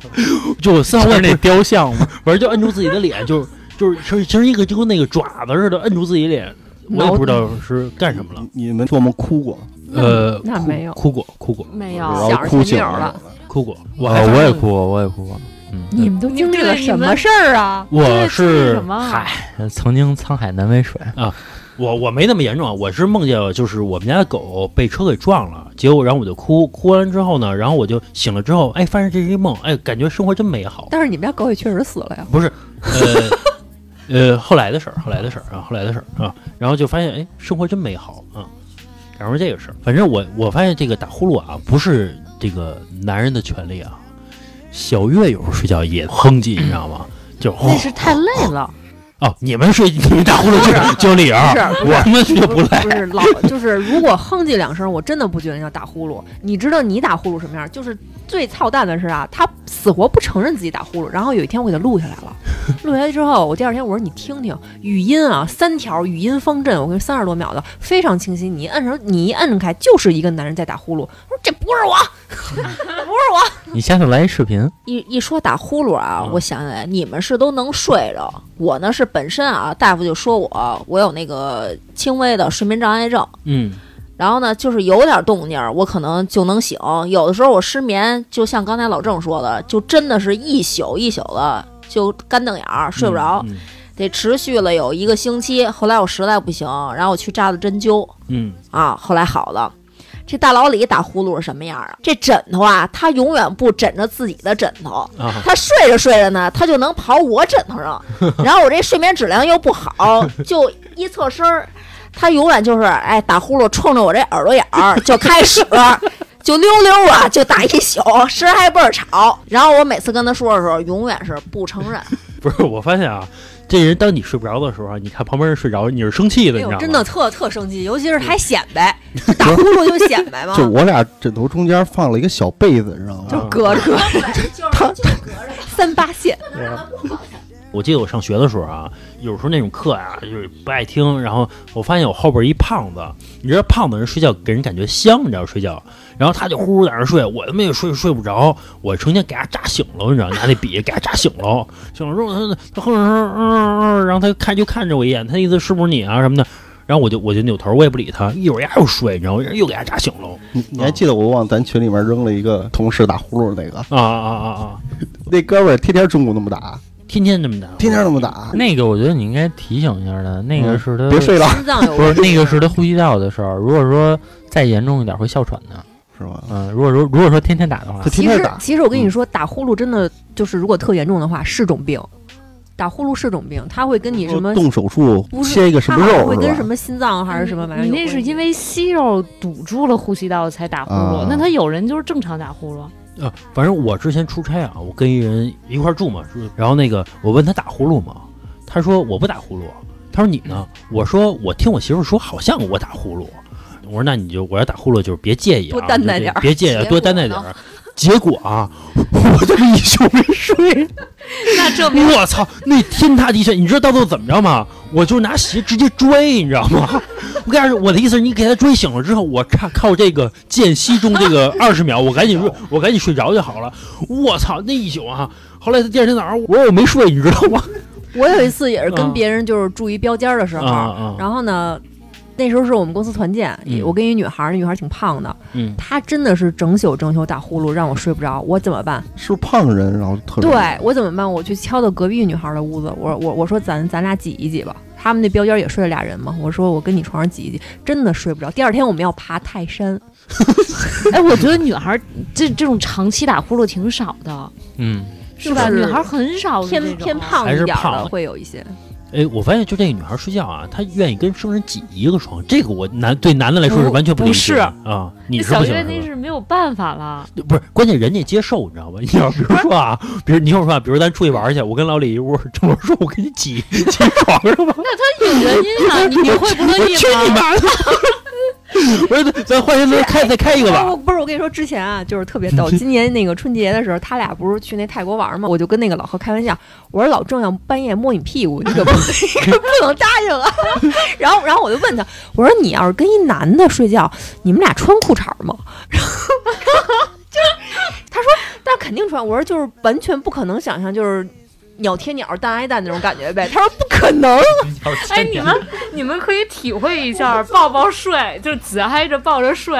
就我丝毫我也是不那雕像吗？ 反正就摁住自己的脸，就就是其实其实一个就跟那个爪子似的摁住自己脸，我也不知道是干什么了。你们做梦哭过？呃，那哭没有哭过，哭过， 没啊然有后想着哭就醒没有了了。哭过。我我还哦呃我也哭过，我也哭嗯过。你们都经历了对什你么们事儿啊？我这是是什么啊嗨，曾经沧海难为水，我我没那么严重啊，我是梦见就是我们家的狗被车给撞了，结果然后我就哭，哭完之后呢，然后我就醒了之后，哎，发现这是一梦，哎，感觉生活真美好。但是你们家狗也确实死了呀。不是，呃呃，后来的事儿，后来的事儿啊，后来的事儿啊，然后就发现，哎，生活真美好啊。然后这个事儿，反正我我发现这个打呼噜啊，不是这个男人的权利啊。小月有时候睡觉也哼唧，你知道吗？就那是太累了。哦，你们睡你们打呼噜就是就理由，不我们就不不累。是老， 就是如果哼唧两声，我真的不觉得那叫打呼噜。你知道你打呼噜什么样？就是最操蛋的是啊，他死活不承认自己打呼噜。然后有一天我给他录下来了，录下来之后，我第二天我说你听听语音啊，三条语音方阵，我跟三十多秒的，非常清晰。你一摁上，你一摁开，就是一个男人在打呼噜。我说这不是我，你下次来一视频，一一说打呼噜啊，嗯我想起来，你们是都能睡着，我呢是本身啊，大夫就说我我有那个轻微的睡眠障碍症，嗯，然后呢就是有点动静儿，我可能就能醒。有的时候我失眠，就像刚才老郑说的，就真的是一宿一宿的就干瞪眼儿睡不着，嗯得持续了有一个星期。后来我实在不行，然后我去扎了针灸，嗯，啊，后来好了。这大老李打呼噜是什么样啊？这枕头啊，他永远不枕着自己的枕头，嗯啊，他睡着睡着呢，他就能跑我枕头上，然后我这睡眠质量又不好，就一侧身儿，他永远就是哎打呼噜冲着我这耳朵眼儿就开始就溜溜啊，就打一宿，声儿还倍儿吵。然后我每次跟他说的时候，永远是不承认。 不是，我发现啊，这人当你睡不着的时候啊，你看旁边人睡着，你是生气的，你哎知呦，道吗？真的特特生气，尤其是还显摆，打呼噜就显摆嘛，就我俩枕头中间放了一个小被子，你知道吗？就隔着隔着，三八线。我记得我上学的时候啊，有时候那种课啊，就是不爱听。然后我发现我后边一胖子，你知道胖子人睡觉给人感觉香，你知道睡觉，然后他就呼呼在那儿睡，我他妈也睡睡不着，我成天给他扎醒了，你知道，拿那笔给他扎醒了，醒了之后他他哼哼哼哼哼，然后他就看就看着我一眼，他意思是不是你啊什么的，然后我就我就扭头，我也不理他，一会儿丫又睡，你知道吗，又给他扎醒了，你你还记得我往咱群里面扔了一个同事打呼噜那个？啊啊啊啊，那哥们儿天天中午那么打，天天这么打，天天那么打，那个我觉得你应该提醒一下他，那嗯个是他别睡了，心脏有不是问题那个是他呼吸道的事儿。如果说再严重一点，会哮喘的。是吧？嗯，如果说如果说天天打的话他，天其天实打，其实我跟你说，打呼噜真的就是，如果特严重的话，是种病。打呼噜是种病，它会跟你什么？哦动手术不是切一个什它么好像肉会跟是什吧？么心脏还是什么玩意儿嗯你有那关系？是因为息肉堵住了呼吸道才打呼噜，啊那他有人就是正常打呼噜， 啊，反正我之前出差啊，我跟一人一块儿住嘛，住然后那个我问他打呼噜吗？他说我不打呼噜。他说你呢？我说我听我媳妇说好像我打呼噜。我说那你就我要打呼噜就是别介意啊，多担待就点儿别介意啊，结多担果待点呢儿。结果啊，我这么一宿没睡， 那证明我操，那天塌地陷，你知道到最后怎么着吗？我就拿鞋直接追，你知道吗？ 我告诉你，我的意思是你给他追醒了之后，我靠靠这个间隙中这 个二十秒，我赶紧睡，我赶紧睡着就好了。我操，那一宿啊！后来第二天早上，我说我没睡，你知道 吗？我有一次也是跟嗯啊别人就是注意标间儿的时候，啊啊然后呢，那时候是我们公司团建，嗯我跟一女孩儿，那女孩儿挺胖的，嗯，她真的是整宿整宿打呼噜，让我睡不着，我怎么办？是不是胖人，然后特别对我怎么办？我去敲到隔壁女孩的屋子，我我我说咱咱俩挤一挤吧。他们那标间儿也睡了俩人嘛，我说我跟你床上挤一挤，真的睡不着。第二天我们要爬泰山，哎，我觉得女孩儿这这种长期打呼噜挺少的，嗯，是吧？就是女孩儿很少有这偏种啊偏胖还一是点儿胖的了会有一些。哎，我发现就这个女孩睡觉啊，她愿意跟生人挤一个床，这个我男对男的来说是不完全理不解是的啊，你是小不行月是那吧是没有办法了，不是，关键人家接受，你知道 吧？你要比如说啊，比如你听我说啊，比如咱出去玩去，我跟老李一屋，郑伦说我给你挤挤床上吧，有 原因啊，你你会不乐我意去你吗？妈的！ 不是，咱换人再开再开一个 哎吧我。不是我跟你说，之前啊，就是特别 逗。今年那个春节的时候，他俩不是去那泰国玩嘛，我就跟那个老何开玩笑，我说老郑要半夜摸你屁股，你 可不你可不能答应啊。然后，然后我就问他，我说你要是跟一男的睡觉，你们俩穿裤衩吗？ 然后，然后就是他说那肯定穿。我说就是完全不可能想象，就是鸟贴鸟，蛋挨蛋那种感觉呗。他说不可能。哎，你们你们可以体会一下抱抱睡，就是紧挨着抱着睡，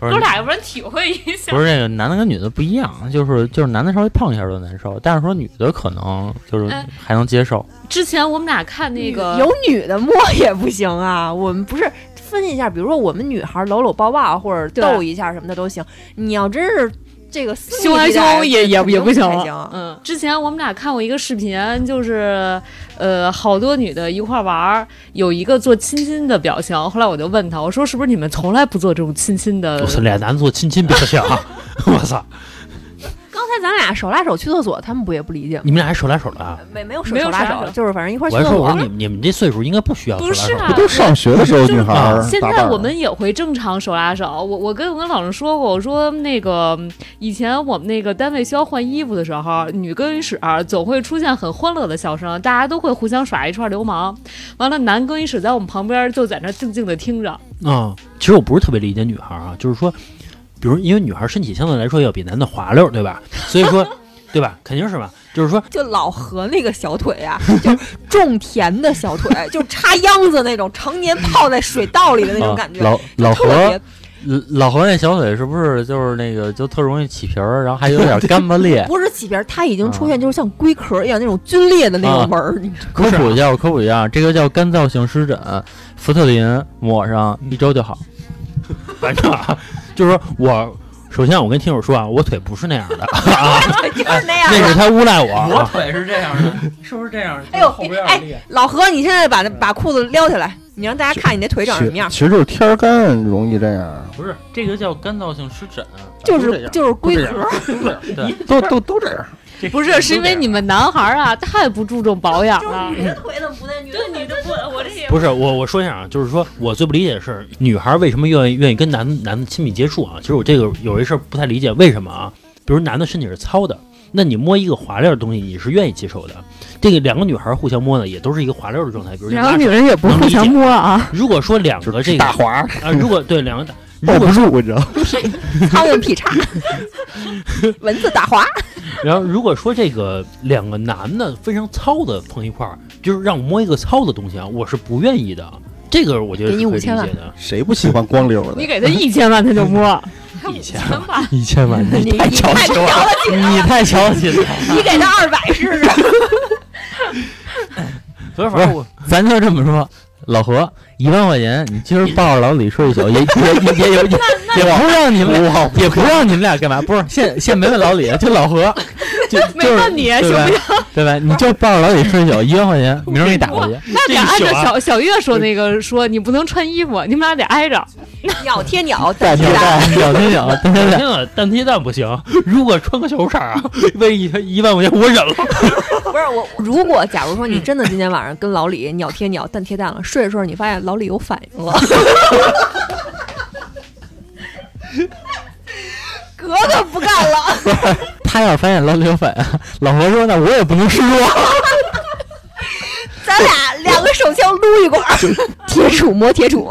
不哥俩要不然体会一下不。是这个男的跟女的不一样，就是就是男的稍微胖一下就难受，但是说女的可能就是哎还能接受。之前我们俩看那个有女的摸也不行啊。我们不是分析一下，比如说我们女孩搂搂抱抱或者对逗一下什么的都行。你要真是这个私密凶来地带凶也也肯定也不不行太。嗯，之前我们俩看过一个视频，就是呃，好多女的一块玩儿，有一个做亲亲的表情。后来我就问他，我说是不是你们从来不做这种亲亲的我？操，俩男的做亲亲表情啊！ 我操，刚才咱俩手拉手去厕所，他们不也不理解吗？你们俩还手拉手了啊？没没有手没有手拉手拉手，手就是反正一块我儿去还厕说我所说。你们你们这岁数应该不需要手不拉是手。啊不都上学的时候，女孩儿现打在扮我们也会正常手拉手。我我跟我跟老郑说过，我说那个嗯以前我们那个单位需要换衣服的时候，女更衣室啊总会出现很欢乐的笑声，大家都会互相耍一串流氓。完了，男更衣室在我们旁边就在那静静的听着。啊、其实我不是特别理解女孩啊，就是说，比如因为女孩身体相对来说要比男的滑溜，对吧？所以说，对吧？肯定是吧？就是说，就老何那个小腿啊，就是种田的小腿，就插秧子那种，常年泡在水稻里的那种感觉，啊老老特别？何老何那小腿是不是就是那个就特容易起皮儿，然后还有点干巴裂不是起皮儿，它已经出现就是像龟壳一样那种皲裂的那啊种纹儿，你知道科吗普一下，我科普一下，这个叫干燥性湿疹，福特林抹上一周就好。反正啊，就是说我首先我跟听友说啊，我腿不是那样的啊， 就是那样的。那是他诬赖我啊。腿是这样的，是不是这样？哎呦，哎，老何，你现在把那把裤子撩起来，你让大家看你那腿长什么其样。其实就是天儿干容易这样，不是这个叫干燥性湿疹，啊就是就是龟壳，对，都都都这样。不是，是因为你们男孩儿啊太不注重保养啊了。的腿怎么不在女对，你都不，我这也不是我，我说一下啊，就是说我最不理解的是女孩为什么愿意愿意跟男男的亲密接触啊？其实我这个有一事儿不太理解，为什么啊？比如男的身体是糙的，那你摸一个滑溜的东西，你是愿意接受的。这个两个女孩互相摸呢，也都是一个滑溜的状态，比如像 然后拉女手。人也不互相摸啊，如果说两个这个大滑啊，如果对两个打，抱如不果住，你知道吗？苍蝇 劈叉，蚊子打 滑， 然后如果说这个两个男的非常糙的碰一块儿，就是让我摸一个糙的东西啊，我是不愿意的。这个我觉得是给你可以理解5000万的， 谁不喜欢光溜儿你的？给他一千万他 就摸，以前吧。一千万，你你太瞧不起我了，你太瞧不起了。你给他二百试试。所以反正我咱就这么说，老何，一万块钱，你今儿抱着老李睡一宿，也也也也也也不让你们俩，也不让你们俩干嘛？不是，现现没问老李，就老何，就没就是问你对吧行不？对吧？你就抱着老李睡一宿，一万块钱，明儿给你打过去。那这得一按宿照啊小小月说那个说，你不能穿衣服，你们俩得挨着。鸟贴鸟，大蛋听贴蛋。大，小听小，蛋对对对，贴蛋蛋贴蛋不行，如果穿个小裤衩啊，为一一万块钱我忍了。不是 我，如果假如说你真的今天晚上跟老李鸟贴鸟，蛋贴蛋了，睡着睡着你发现老李有 反应了。哥么都不干了。他要是反眼老刘反，老何说那我也不能示弱。咱俩两个手枪撸一管儿，铁杵磨铁杵，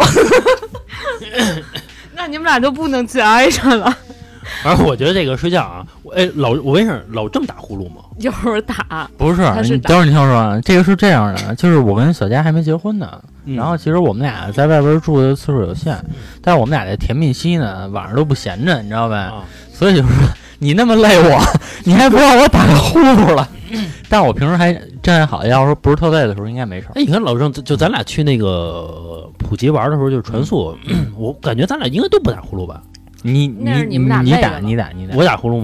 那你们俩就不能去挨着 了，反正我觉得这个睡觉啊，我哎老我为啥老这么打呼噜吗？一会儿打，不是，他是你打等会儿你听我说啊，这个是这样的，就是我跟小佳还没结婚呢，嗯然后其实我们俩在外边住的次数有限，但是我们俩这甜蜜期呢，晚上都不闲着，你知道呗？啊所以就是你那么累我，你还不让我打个呼噜了。嗯但是我平时还真还好，要是不是特累的时候应该没事儿。哎，你看老郑，就咱俩去那个普吉玩的时候，就是船宿，我感觉咱俩应该都不打呼噜吧？你那是你你们俩你累打了你打你打我打呼噜吗？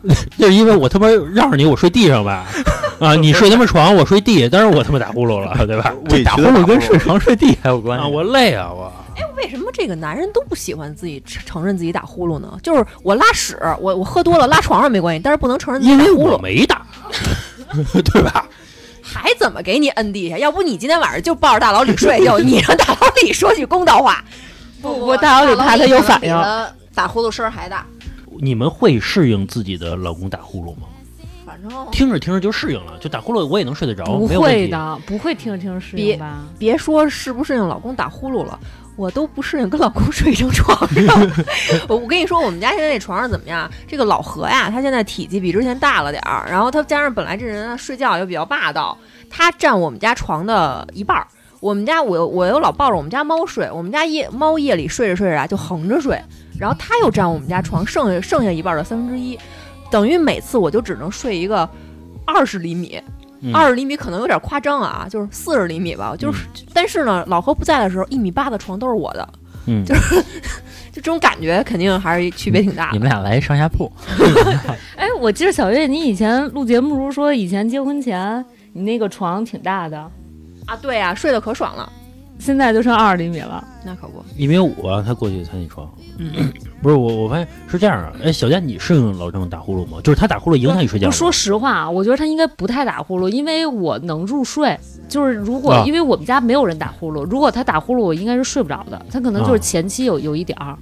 你打，就是因为我他妈让着你，我睡地上吧，啊，你睡他妈床，我睡地，但是我他妈打呼噜了，对吧？这打呼噜跟睡床睡地还有关系。啊，我累啊，我为什么这个男人都不喜欢自己承承认自己打呼噜呢？就是我拉屎，我我喝多了拉床上没关系，但是不能承认自己因打为呼我噜，没打，对吧？还怎么给你摁地下？要不你今天晚上就抱着大老李睡觉，你让大老李说句公道话。不不大老李怕他有反应，打呼噜声儿还大，你们会适应自己的老公打呼噜吗？反正听着听着就适应了，就打呼噜我也能睡得着，不哦没有问会题。的，不会听着听着适别应吧？别说适不适应老公打呼噜了，我都不适应跟老公睡一张床上。 我我跟你说，我们家现在这床上怎么样？这个老何呀，他现在体积比之前大了点儿，然后他加上本来这人啊睡觉又比较霸道，他占我们家床的一半儿。我们家我我又老抱着我们家猫睡，我们家夜猫夜里睡着睡着啊就横着睡，然后他又占我们家床剩下剩下一半儿的三分之一，等于每次我就只能睡一个二十厘米，嗯二十厘米可能有点夸张啊，就是四十厘米吧。就是，但是呢，老何不在的时候，一米八的床都是我的，嗯就是就这种感觉，肯定还是区别挺大你的。们俩来上 下铺，哎，我记得小月，你以前录节目时候说，以前结婚前你那个床挺大的，啊，对啊，睡得可爽了。现在就剩二十厘米了。那可不，一米五啊，他过去才起床。嗯不是我，我发现是这样啊。哎，小佳，你适应老郑打呼噜吗？就是他打呼噜影响你睡觉不吗。说实话啊，我觉得他应该不太打呼噜，因为我能入睡。就是如果、啊因为我们家没有人打呼噜，如果他打呼噜，我应该是睡不着的。他可能就啊是前期有、有一点儿，啊，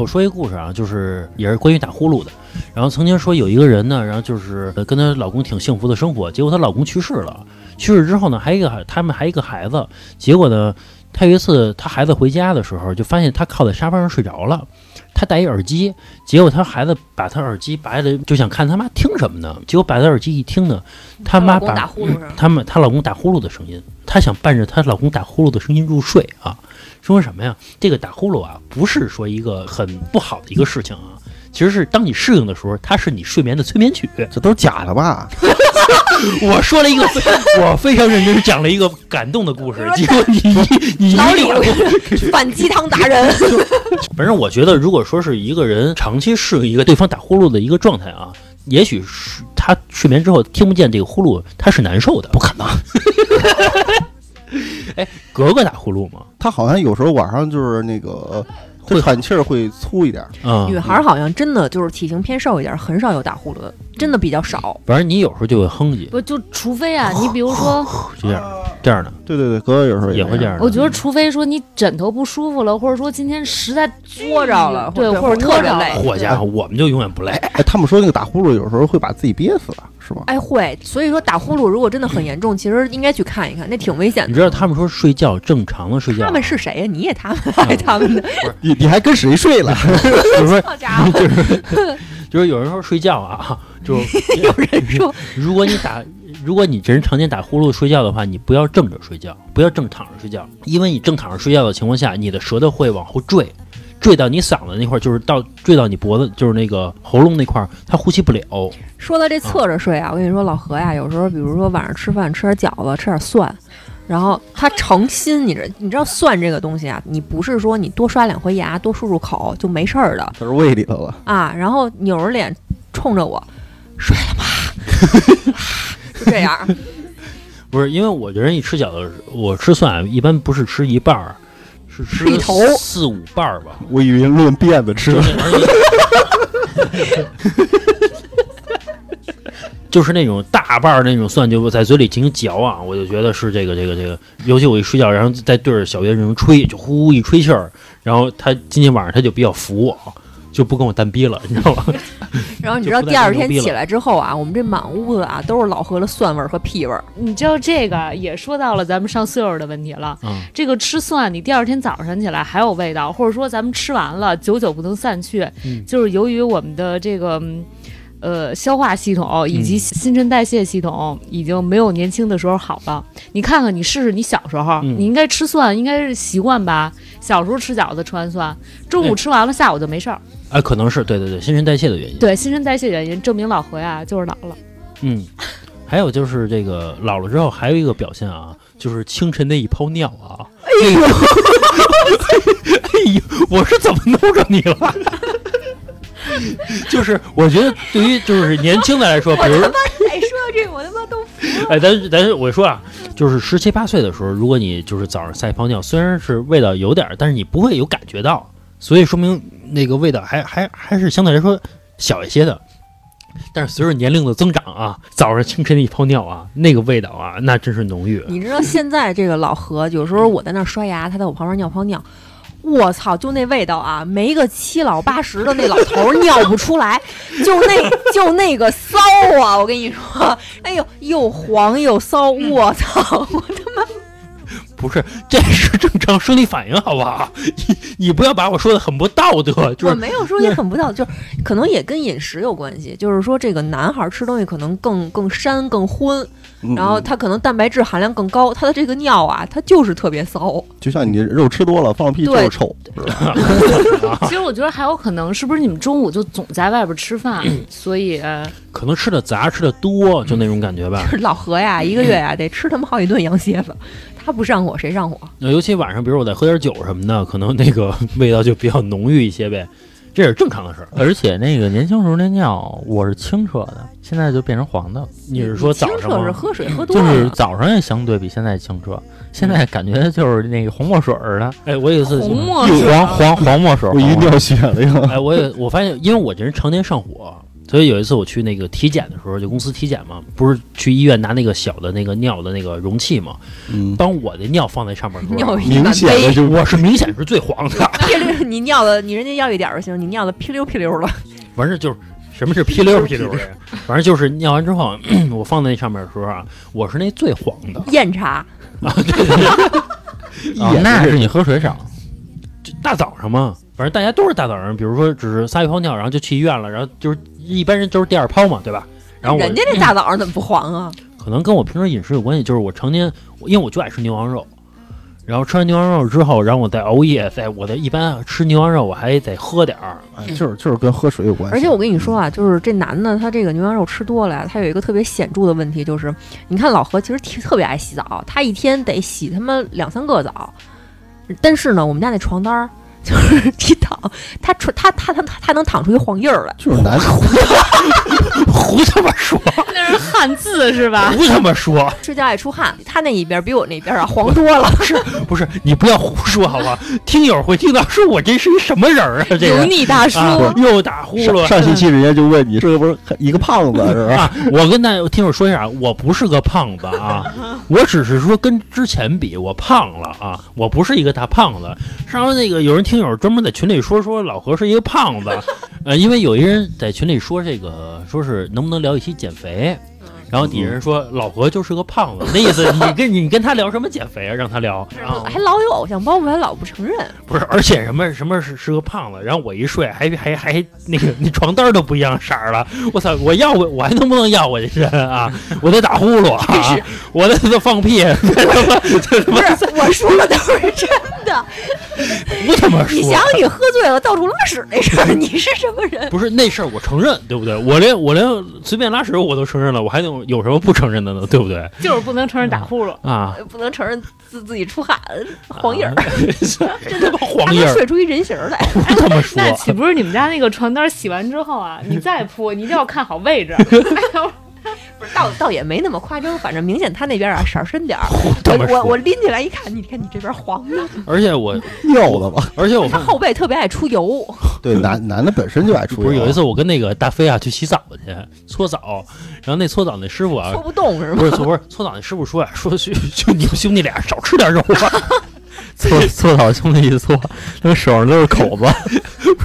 我说一个故事啊，就是也是关于打呼噜的。然后曾经说有一个人呢，然后就是呃跟她老公挺幸福的生活，结果她老公去世了。去世之后呢，还有一个孩他们还有一个孩子。结果呢，她有一次她孩子回家的时候，就发现她靠在沙发上睡着了。她戴一耳机，结果她孩子把她耳机拔了，就想看他妈听什么呢？结果把她耳机一听呢，她妈老公把打呼噜声，他们她老公打呼噜的声音，她想伴着她老公打呼噜的声音入睡啊。说什么呀？这个打呼噜啊，不是说一个很不好的一个事情啊，其实是当你适应的时候，它是你睡眠的催眠曲。这都是假的吧？ 我说了一个非， 我非常认真地讲了一个感动的故事，结果你你你老一李脸 反鸡汤达人，反正我觉得，如果说是一个人长期适应一个对方打呼噜的一个状态啊，也许是他睡眠之后听不见这个呼噜，他是难受的。不可能。 哎，格格打呼噜吗？他好像有时候晚上就是那个，会这喘气儿会粗一点儿。 啊、 女孩儿好像真的就是体型偏瘦一点，很少有打呼噜的，真的比较少。反正你有时候就会哼唧，不就除非啊，你比如说，这样这样的对对对，格格有时候也会这样。样的。我觉得除非说你枕头不舒服了，或者说今天实在窝着了对，或者或者特窝别 着累了，好家伙，我们就永远不累。哎，他们说那个打呼噜有时候会把自己憋死了，是吗？哎，会，所以说打呼噜如果真的很严重，其实应该去看一看，那挺危险你的。知道他们说睡觉正常的睡觉，啊他们是谁呀？你也他们爱他们的，你你还跟谁睡了？就是说好家伙！就是 有人说睡觉啊，就 有人说如果你打，如果你这人常年打呼噜睡觉的话，你不要正着睡觉，不要正躺着睡觉，因为你正躺着睡觉的情况下，你的舌头会往后坠，坠到你嗓子那块儿，就是到坠到你脖子，就是那个喉咙那块儿，它呼吸不了。说到这侧着睡啊，我跟你说，老何呀，有时候比如说晚上吃饭吃点饺子，吃点蒜，然后他诚心，你知你知道蒜这个东西啊，你不是说你多刷两回牙，多漱漱口就没事儿的他是胃里头了。啊，然后扭着脸冲着我，睡了吧， 就这样，不是，因为我这人一吃饺子，我吃蒜啊一般不是吃一半儿，是吃一头四五瓣儿吧。我以为论辫子吃就了。是那种 就是那种大瓣儿那种蒜，就在嘴里进行嚼啊，我就觉得是这个这个这个。尤其我一睡觉，然后再对着小月这种吹，就呼呼一吹气儿，然后他今天晚上他就比较服我，就不跟我单逼了，你知道 吗？然后你 就知道不第太二牛天逼起了来之后啊，我们这满屋子啊都是老何的蒜味儿和屁味儿。你知道这个也说到了咱们上岁数的问题了。嗯，这个吃蒜，你第二天早上起来还有味道，或者说咱们吃完了久久不能散去，嗯就是由于我们的这个。嗯呃，消化系统以及嗯新陈代谢系统已经没有年轻的时候好了。你看看，你试试你小时候，嗯你应该吃蒜，应该是习惯吧？小时候吃饺子吃完蒜，中午对吃完了，下午就没事儿。哎，可能是对对对，新陈代谢的原因。对，新陈代谢原因证明老何呀就是老了。嗯，还有就是这个老了之后还有一个表现啊，就是清晨的一泡尿啊。哎呦，哎呦， 我是怎么弄着你了？ 就是我觉得对于就是年轻的来说，比如哎，说到这，我他妈都哎，咱咱我说啊，就是十七八岁的时候，如果你就是早上撒一泡尿，虽然是味道有点儿，但是你不会有感觉到，所以说明那个味道还还还是相对来说小一些的。但是随着年龄的增长啊，早上清晨一泡尿啊，那个味道啊，那真是浓郁。你知道现在这个老何，有时候我在那儿刷牙，他在我旁边尿泡尿，我操，就那味道啊，没个七老八十的那老头儿尿不出来，就那就那个骚啊，我跟你说，哎呦，又黄又骚，我操，我不是， 这是正常生理反应，好不好？ 你你不要把我说的很不道德，就我是没有说也很不道，就是可能也跟饮食有关系，就是说这个男孩儿吃东西可能更更膻更荤，嗯然后他可能蛋白质含量更高，他的这个尿啊，他就是特别骚。就像你肉吃多了，放屁就是对臭，是吧 其实我觉得还有可能，是不是你们中午就总在外边吃饭， 所以呃可能吃的杂，吃的多，就那种感 觉吧。老何呀，一个月呀得吃他们好几顿羊蝎子，他不上火谁上火？那尤其晚上，比如我再喝点酒什么的，可能那个味道就比较浓郁一些呗，这也是正常的事儿。而且那个年轻时候那尿我是清澈的，现在就变成黄的，你是说早上清澈是吗？嗯喝水喝多就了，是早上也相对比现在清澈，现在感觉就是那个红墨水儿的，哎，我有一次，红墨哦水黄黄黄墨水儿，我一黄墨水尿血了呀！哎，我也我发现，因为我这人常年上火，所以有一次我去那个体检的时候，就公司体检嘛，不是去医院拿那个小的那个尿的那个容器嘛，嗯，当我的尿放在上面的时候，尿一明满显的杯，就我是明显是最黄的，屁溜你尿的，你人家要一点儿就行，你尿的屁溜屁溜了。完事就是。什么是屁溜儿屁溜儿的？反正就是尿完之后， 我放在那上面的时候啊，我是那最黄的。验查，儿啊眼那睛是你喝水少，就大早上嘛，反正大家都是大早上，比如说只是撒一泡尿，然后就去医院了，然后就是一般人都是第二泡嘛，对吧？然后我嗯人家这大早上怎么不黄啊？可能跟我平时饮食有关系，就是我常年因为我就爱吃牛羊肉，然后吃完牛羊肉之后，然后我再熬夜，在我的一般吃牛羊肉我还得喝点儿，哎就是就是跟喝水有关系。而且我跟你说啊，就是这男的他这个牛羊肉吃多了呀，他有一个特别显著的问题，就是你看老何其实挺特别爱洗澡，他一天得洗他妈两三个澡，但是呢，我们家那床单儿就是 一躺，他出他他他他他能淌出一黄印儿来。就是男，胡他妈说，那是汉字是吧？胡他妈说，睡觉爱出汗，他那一边比我那边啊黄多了。不是你不要胡说好吧？听友会听到说我这是一什么人儿啊？ 这油人腻大叔，啊，又打呼噜上，上星期人家就问你这个不是一个胖子 是吧？啊，我跟大家听我说一下，我不是个胖子 啊，我只是说跟之前比我胖了啊，我不是一个大胖子。上回那个有人听友专门在群里说说老何是一个胖 子，呃，因为有一人在群里说这个说是能不能聊一期减肥。然后底下人说老何就是个胖子，那意思你跟你跟他聊什么减肥啊？让他聊啊，还老有偶像包袱，还老不 承认。不是，而且什么什么是是个胖子，然后我一睡还还还那个那床单都不一样色儿了，我操！我要我我还能不能要我这人啊？我在打呼噜啊，我在这放屁，不是，我说的都是真的。 不他妈你想说。你喝醉了到处拉屎那事儿，你是什么 人？不是那事儿，我承认，对不对？我连我连随便拉屎我都承认了，我还能有什么不承认的呢？对不对？就是不能承认打呼噜。啊，不能承认自自己出汗黄印儿，啊，真他妈他黄印能儿，睡出一人形儿来。不他 妈说那。岂不是你们家那个床单洗完之后啊，你再铺，你一定要看好位置。啊不是，倒倒也没那么夸张，反正明显他那边啊色儿深点 儿。他妈我我我说，拎起来一看，你看你这边黄的，而且我，尿的吧？而且我他后背特别爱出油。对，男男的本身就爱出不是有一次次我跟那个大飞啊去洗澡去搓澡，然后那搓澡那师傅啊搓不动是吗？啊不是搓不是搓澡那师傅说呀、说兄就你们兄弟俩少吃点肉吧。错错倒兄弟一错，那个手上都是口子。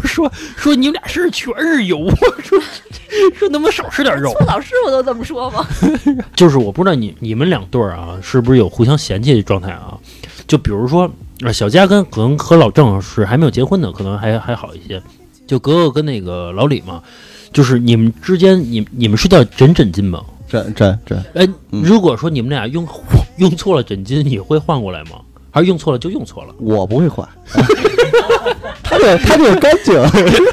说说你们俩身上全是油，说 说能不能少吃点肉？搓澡师傅都这么说吗？ 就是我不知道你你们两对儿啊，是不是有互相嫌弃的状态啊？就比如说，呃小佳跟可能和老郑啊是还没有结婚呢，可能还还好一些。就格格跟那个老李嘛，就是你们之间，你你们睡觉枕枕巾吗？真真真，哎，嗯如果说你们俩用用错了枕巾，你会换过来吗？还是用错了就用错了？我不会换， 他这他这干净，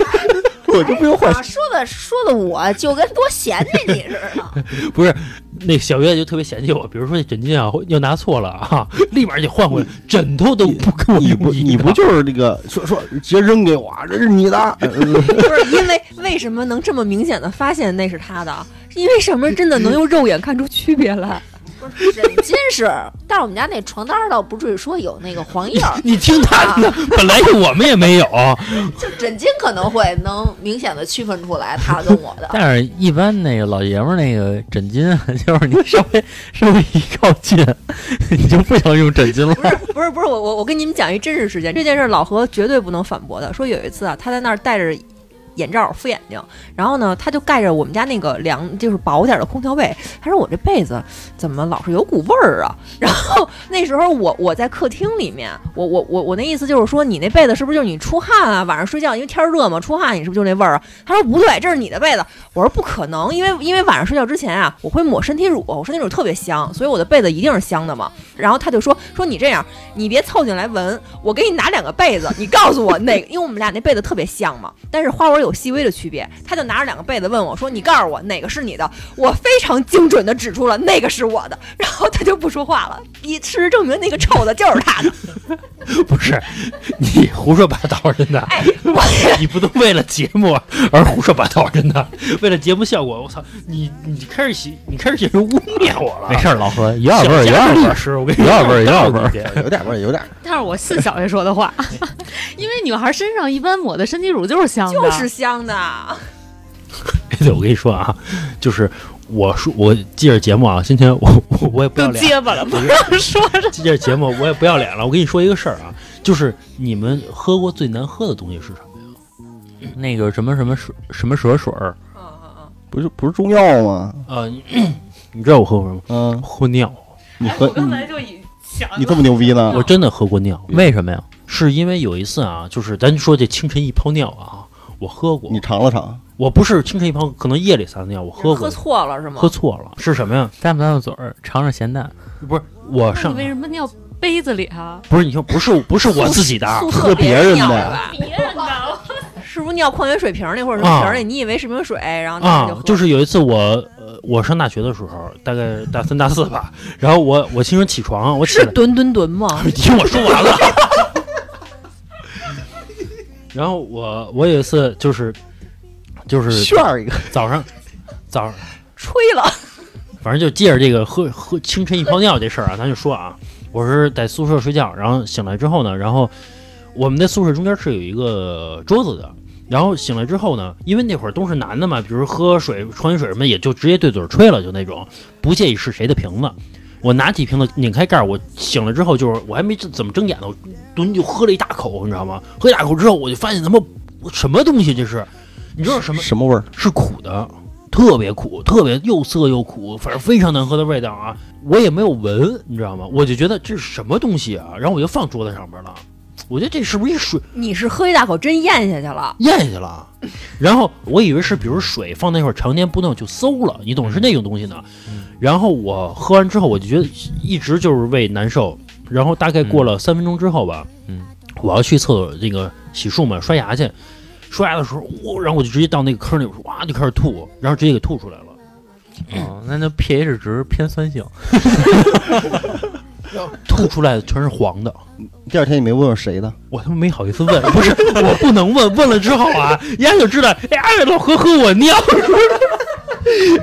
我就不用换啊，说的说的我就跟多嫌弃你似的，不是，那个小月就特别嫌弃我，比如说这枕巾啊要拿错了啊，立马就换回来，枕头都不跟我你用不一你个不就是那个说说直接扔给我啊，这是你的，嗯不是，因为为什么能这么明显的发现那是他的？是因为什么真的能用肉眼看出区别来？不是 枕巾是，但是我们家那床单儿倒不至于说有那个黄印儿，你听他的，本来我们也没有， 就枕巾可能会能明显的区分出来他跟我的。但是，一般那个老爷们儿那个枕巾啊，就是你稍微稍微一靠近，你就不想用枕巾了。不是 不是不是，我我我跟你们讲一真实事件，这件事儿老何绝对不能反驳的。说有一次啊，他在那儿戴着眼罩敷眼睛，然后呢，他就盖着我们家那个凉就是薄点儿的空调被，他说我这被子怎么老是有股味儿啊？ 然后那时候我我在客厅里面，我我我我那意思就是说你那被子是不是就是你出汗啊？晚上睡觉因为天儿热嘛，出汗你是不是就那味儿啊？他说不对，这是你的被子。我说不可能，因为因为晚上睡觉之前啊，我会抹身体乳，我身体乳特别香，所以我的被子一定是香的嘛。然后他就说说你这样，你别凑近来闻，我给你拿两个被子，你告诉我哪，因为我们俩那被子特别像嘛，但是花纹有细微的区别。他就拿着两个被子问我说：“你告诉我哪个是你的？”我非常精准的指出了那个是我的，然后他就不说话了。一事实证明，那个臭的就是 他的。不是你胡说八道，真的，哎，我你不能为了节目啊而胡说八道，真的，为了节目效果，我操，你你开始写，你开始写是污蔑我了，没事儿，老何，有小点味儿，有佳点味律儿。师，我跟你有点味儿有点道理味儿去有点味儿，有点儿。但是我信小月说的话，因为女孩身上一般抹的身体乳就是香的，就是香的，对，我跟你说 啊，就是我说我记着节目啊，今天我我我也不要都脸，结巴了，不让说着。记着节目我也不要脸了。我跟你说一个事儿啊，就是你们喝过最难喝的东西是什么呀？那个什么什么水，什么蛇水儿，嗯嗯嗯，不是不是中药吗？呃， 你你知道我喝过什么？嗯，喝尿，你喝你就已想你这么牛逼呢？我真的喝过尿，为什么呀？是因为有一次啊，就是咱说这清晨一泡尿啊，我喝过你，尝了尝，我不是清晨一泡，可能夜里撒的尿，我喝喝过，错了是吗？喝错了，是什么呀？咂吧咂吧嘴儿，尝尝咸淡。不是我那上你为什么尿杯子里啊？不是你说不是不是我自己的 啊，宿喝舍别人尿的了吧？别的，是不是尿矿泉水瓶儿里或者什么瓶儿里？啊你以为是瓶水，然后当时啊喝，就是有一次我呃我上大学的时候，大概大三大四吧，然后我我清晨起床，我起是来，吨吨吨吗？ 你听我说完了。然后我我有一次就是就是炫儿一个，早上早上，吹了， 反正就借着这个喝喝清晨一泡尿这事儿啊，咱就说啊，我是在宿舍睡觉，然后醒来之后呢，然后我们在宿舍中间是有一个桌子的。然后醒来之后呢，因为那会儿都是男的嘛，比如喝水、矿泉水什么，也就直接对嘴儿吹了，就那种，不介意是谁的瓶子。我拿起瓶子拧开盖儿，我醒了之后就是我还没怎么睁眼呢，我蹲就喝了一大口，你知道吗？喝一大口之后，我就发现他妈什么东西这是，你知道什么什么味儿？是苦的，特别苦，特别又涩又苦，反正非常难喝的味道啊！我也没有闻，你知道吗？我就觉得这是什么东西啊，然后我就放桌子上边了。我觉得这是不是一水你是喝一大口真咽下去了。咽下去了？然后我以为是比如水放那会儿常年不弄就馊了，你懂是那种东西呢。然后我喝完之后，我就觉得一直就是胃难受。然后大概过了三分钟之后吧，嗯，我要去厕所那个洗漱嘛，刷牙去。刷牙的时候，我然后我就直接到那个坑里，我说哇就开始吐，然后直接给吐出来了。哦，那就 pH 值偏酸性。吐出来的全是黄的。第二天你没问问谁的？我他妈没好意思问， 不是我不能问，问了之后 啊，人家就知道，哎呀，老何喝我 尿，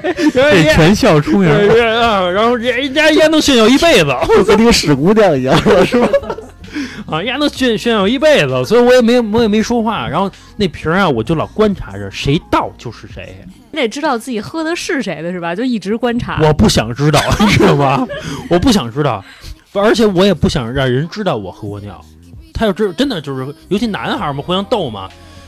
哎这然后全校 出名儿。 人家啊，然后人家人家能炫耀一辈子就跟那个屎姑娘一样，是吧？啊，人家能炫炫耀一辈子，所以我也没我也没说话。然后那瓶儿啊，我就老观察着，谁倒就是谁，你得知道自己喝的是谁的是吧？就一直观察。 我不想知道，你知道吗？我不想知道。不而且我也不想让人知道我喝过尿。他要知真的就是，尤其男孩儿嘛，互相逗嘛。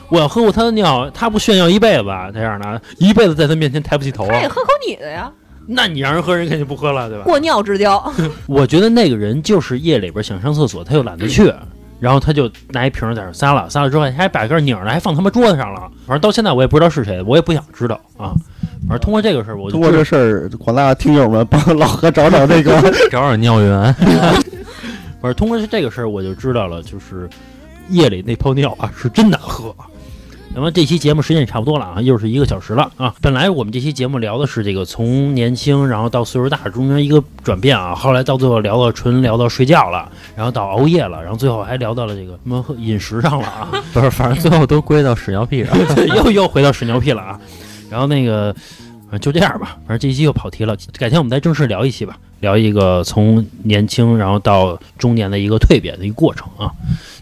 我要喝过他的尿，他不炫耀一辈子啊这样的，一辈子在他面前抬不起头他也啊。喝口你的呀，那你让人喝，人肯定不喝了，对吧？过尿之交。我觉得那个人就是夜里边想上厕所，他又懒得去，然后他就拿一瓶在那儿撒了，撒了之后还把盖儿拧着，还放他妈桌子上了。反正到现在我也不知道是谁，我也不想知道啊。反正通过这个事儿，我就通过知这事儿，广大听友们帮老何找找那个找找尿 源。反正通过这个事儿，我就知道了，就是夜里那泡尿啊是真难喝。那么这期节目时间也差不多了啊，又是一个小时了啊。本来我们这期节目聊的是这个从年轻然后到岁数大中间一个转变啊，后来到最后聊到纯聊到睡觉了，然后到熬夜了，然后最后还聊到了这个什么饮食上了啊。不是，反正最后都归到屎尿屁上。 又又回到屎尿屁了啊。然后那个，呃就这样吧，反正这一期又跑题了，改天我们再正式聊一期吧，聊一个从年轻然后到中年的一个蜕变的一个过程啊。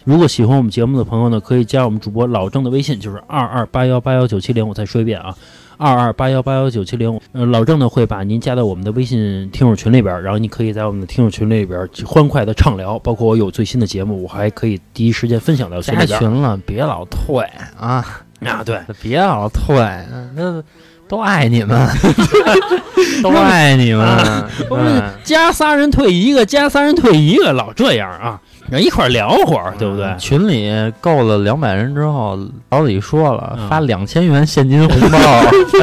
如果喜欢我们节目的朋友呢，可以加我们主播老郑的微信，就是二二八幺八幺九七零，我再说一遍啊。二二八幺八幺九七零，呃，老郑呢会把您加到我们的微信听友群里边儿，然后你可以在我们的听友群里边儿去欢快的畅聊，包括我有最新的节目，我还可以第一时间分享到群加里边群儿了，别老退啊！啊，对， 别老退，啊那都爱你们， 都爱你们。不是嗯加仨人退一个，加仨人退一个，老这样啊，人一块儿聊会儿，对不对？群里够了两百人之后，老李说了嗯，发两千元现金红包。 对，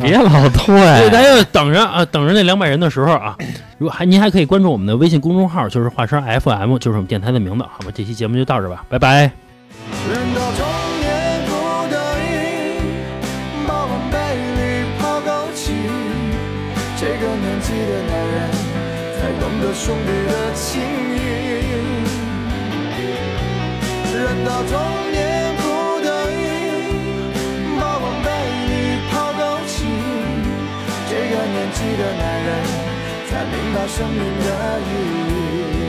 别老所以大退。家就等着啊，等着那两百人的时候啊，如果还您还可以关注我们的微信公众号，就是华声 FM，就是我们电台的名字，好吧？这期节目就到这儿吧，拜拜。人到中年不得已，把往杯里泡枸杞。这个年纪的男人，才懂得兄弟的情谊。人到中年不得已，把往杯里泡枸杞。这个年纪的男人，才明白生命的意义。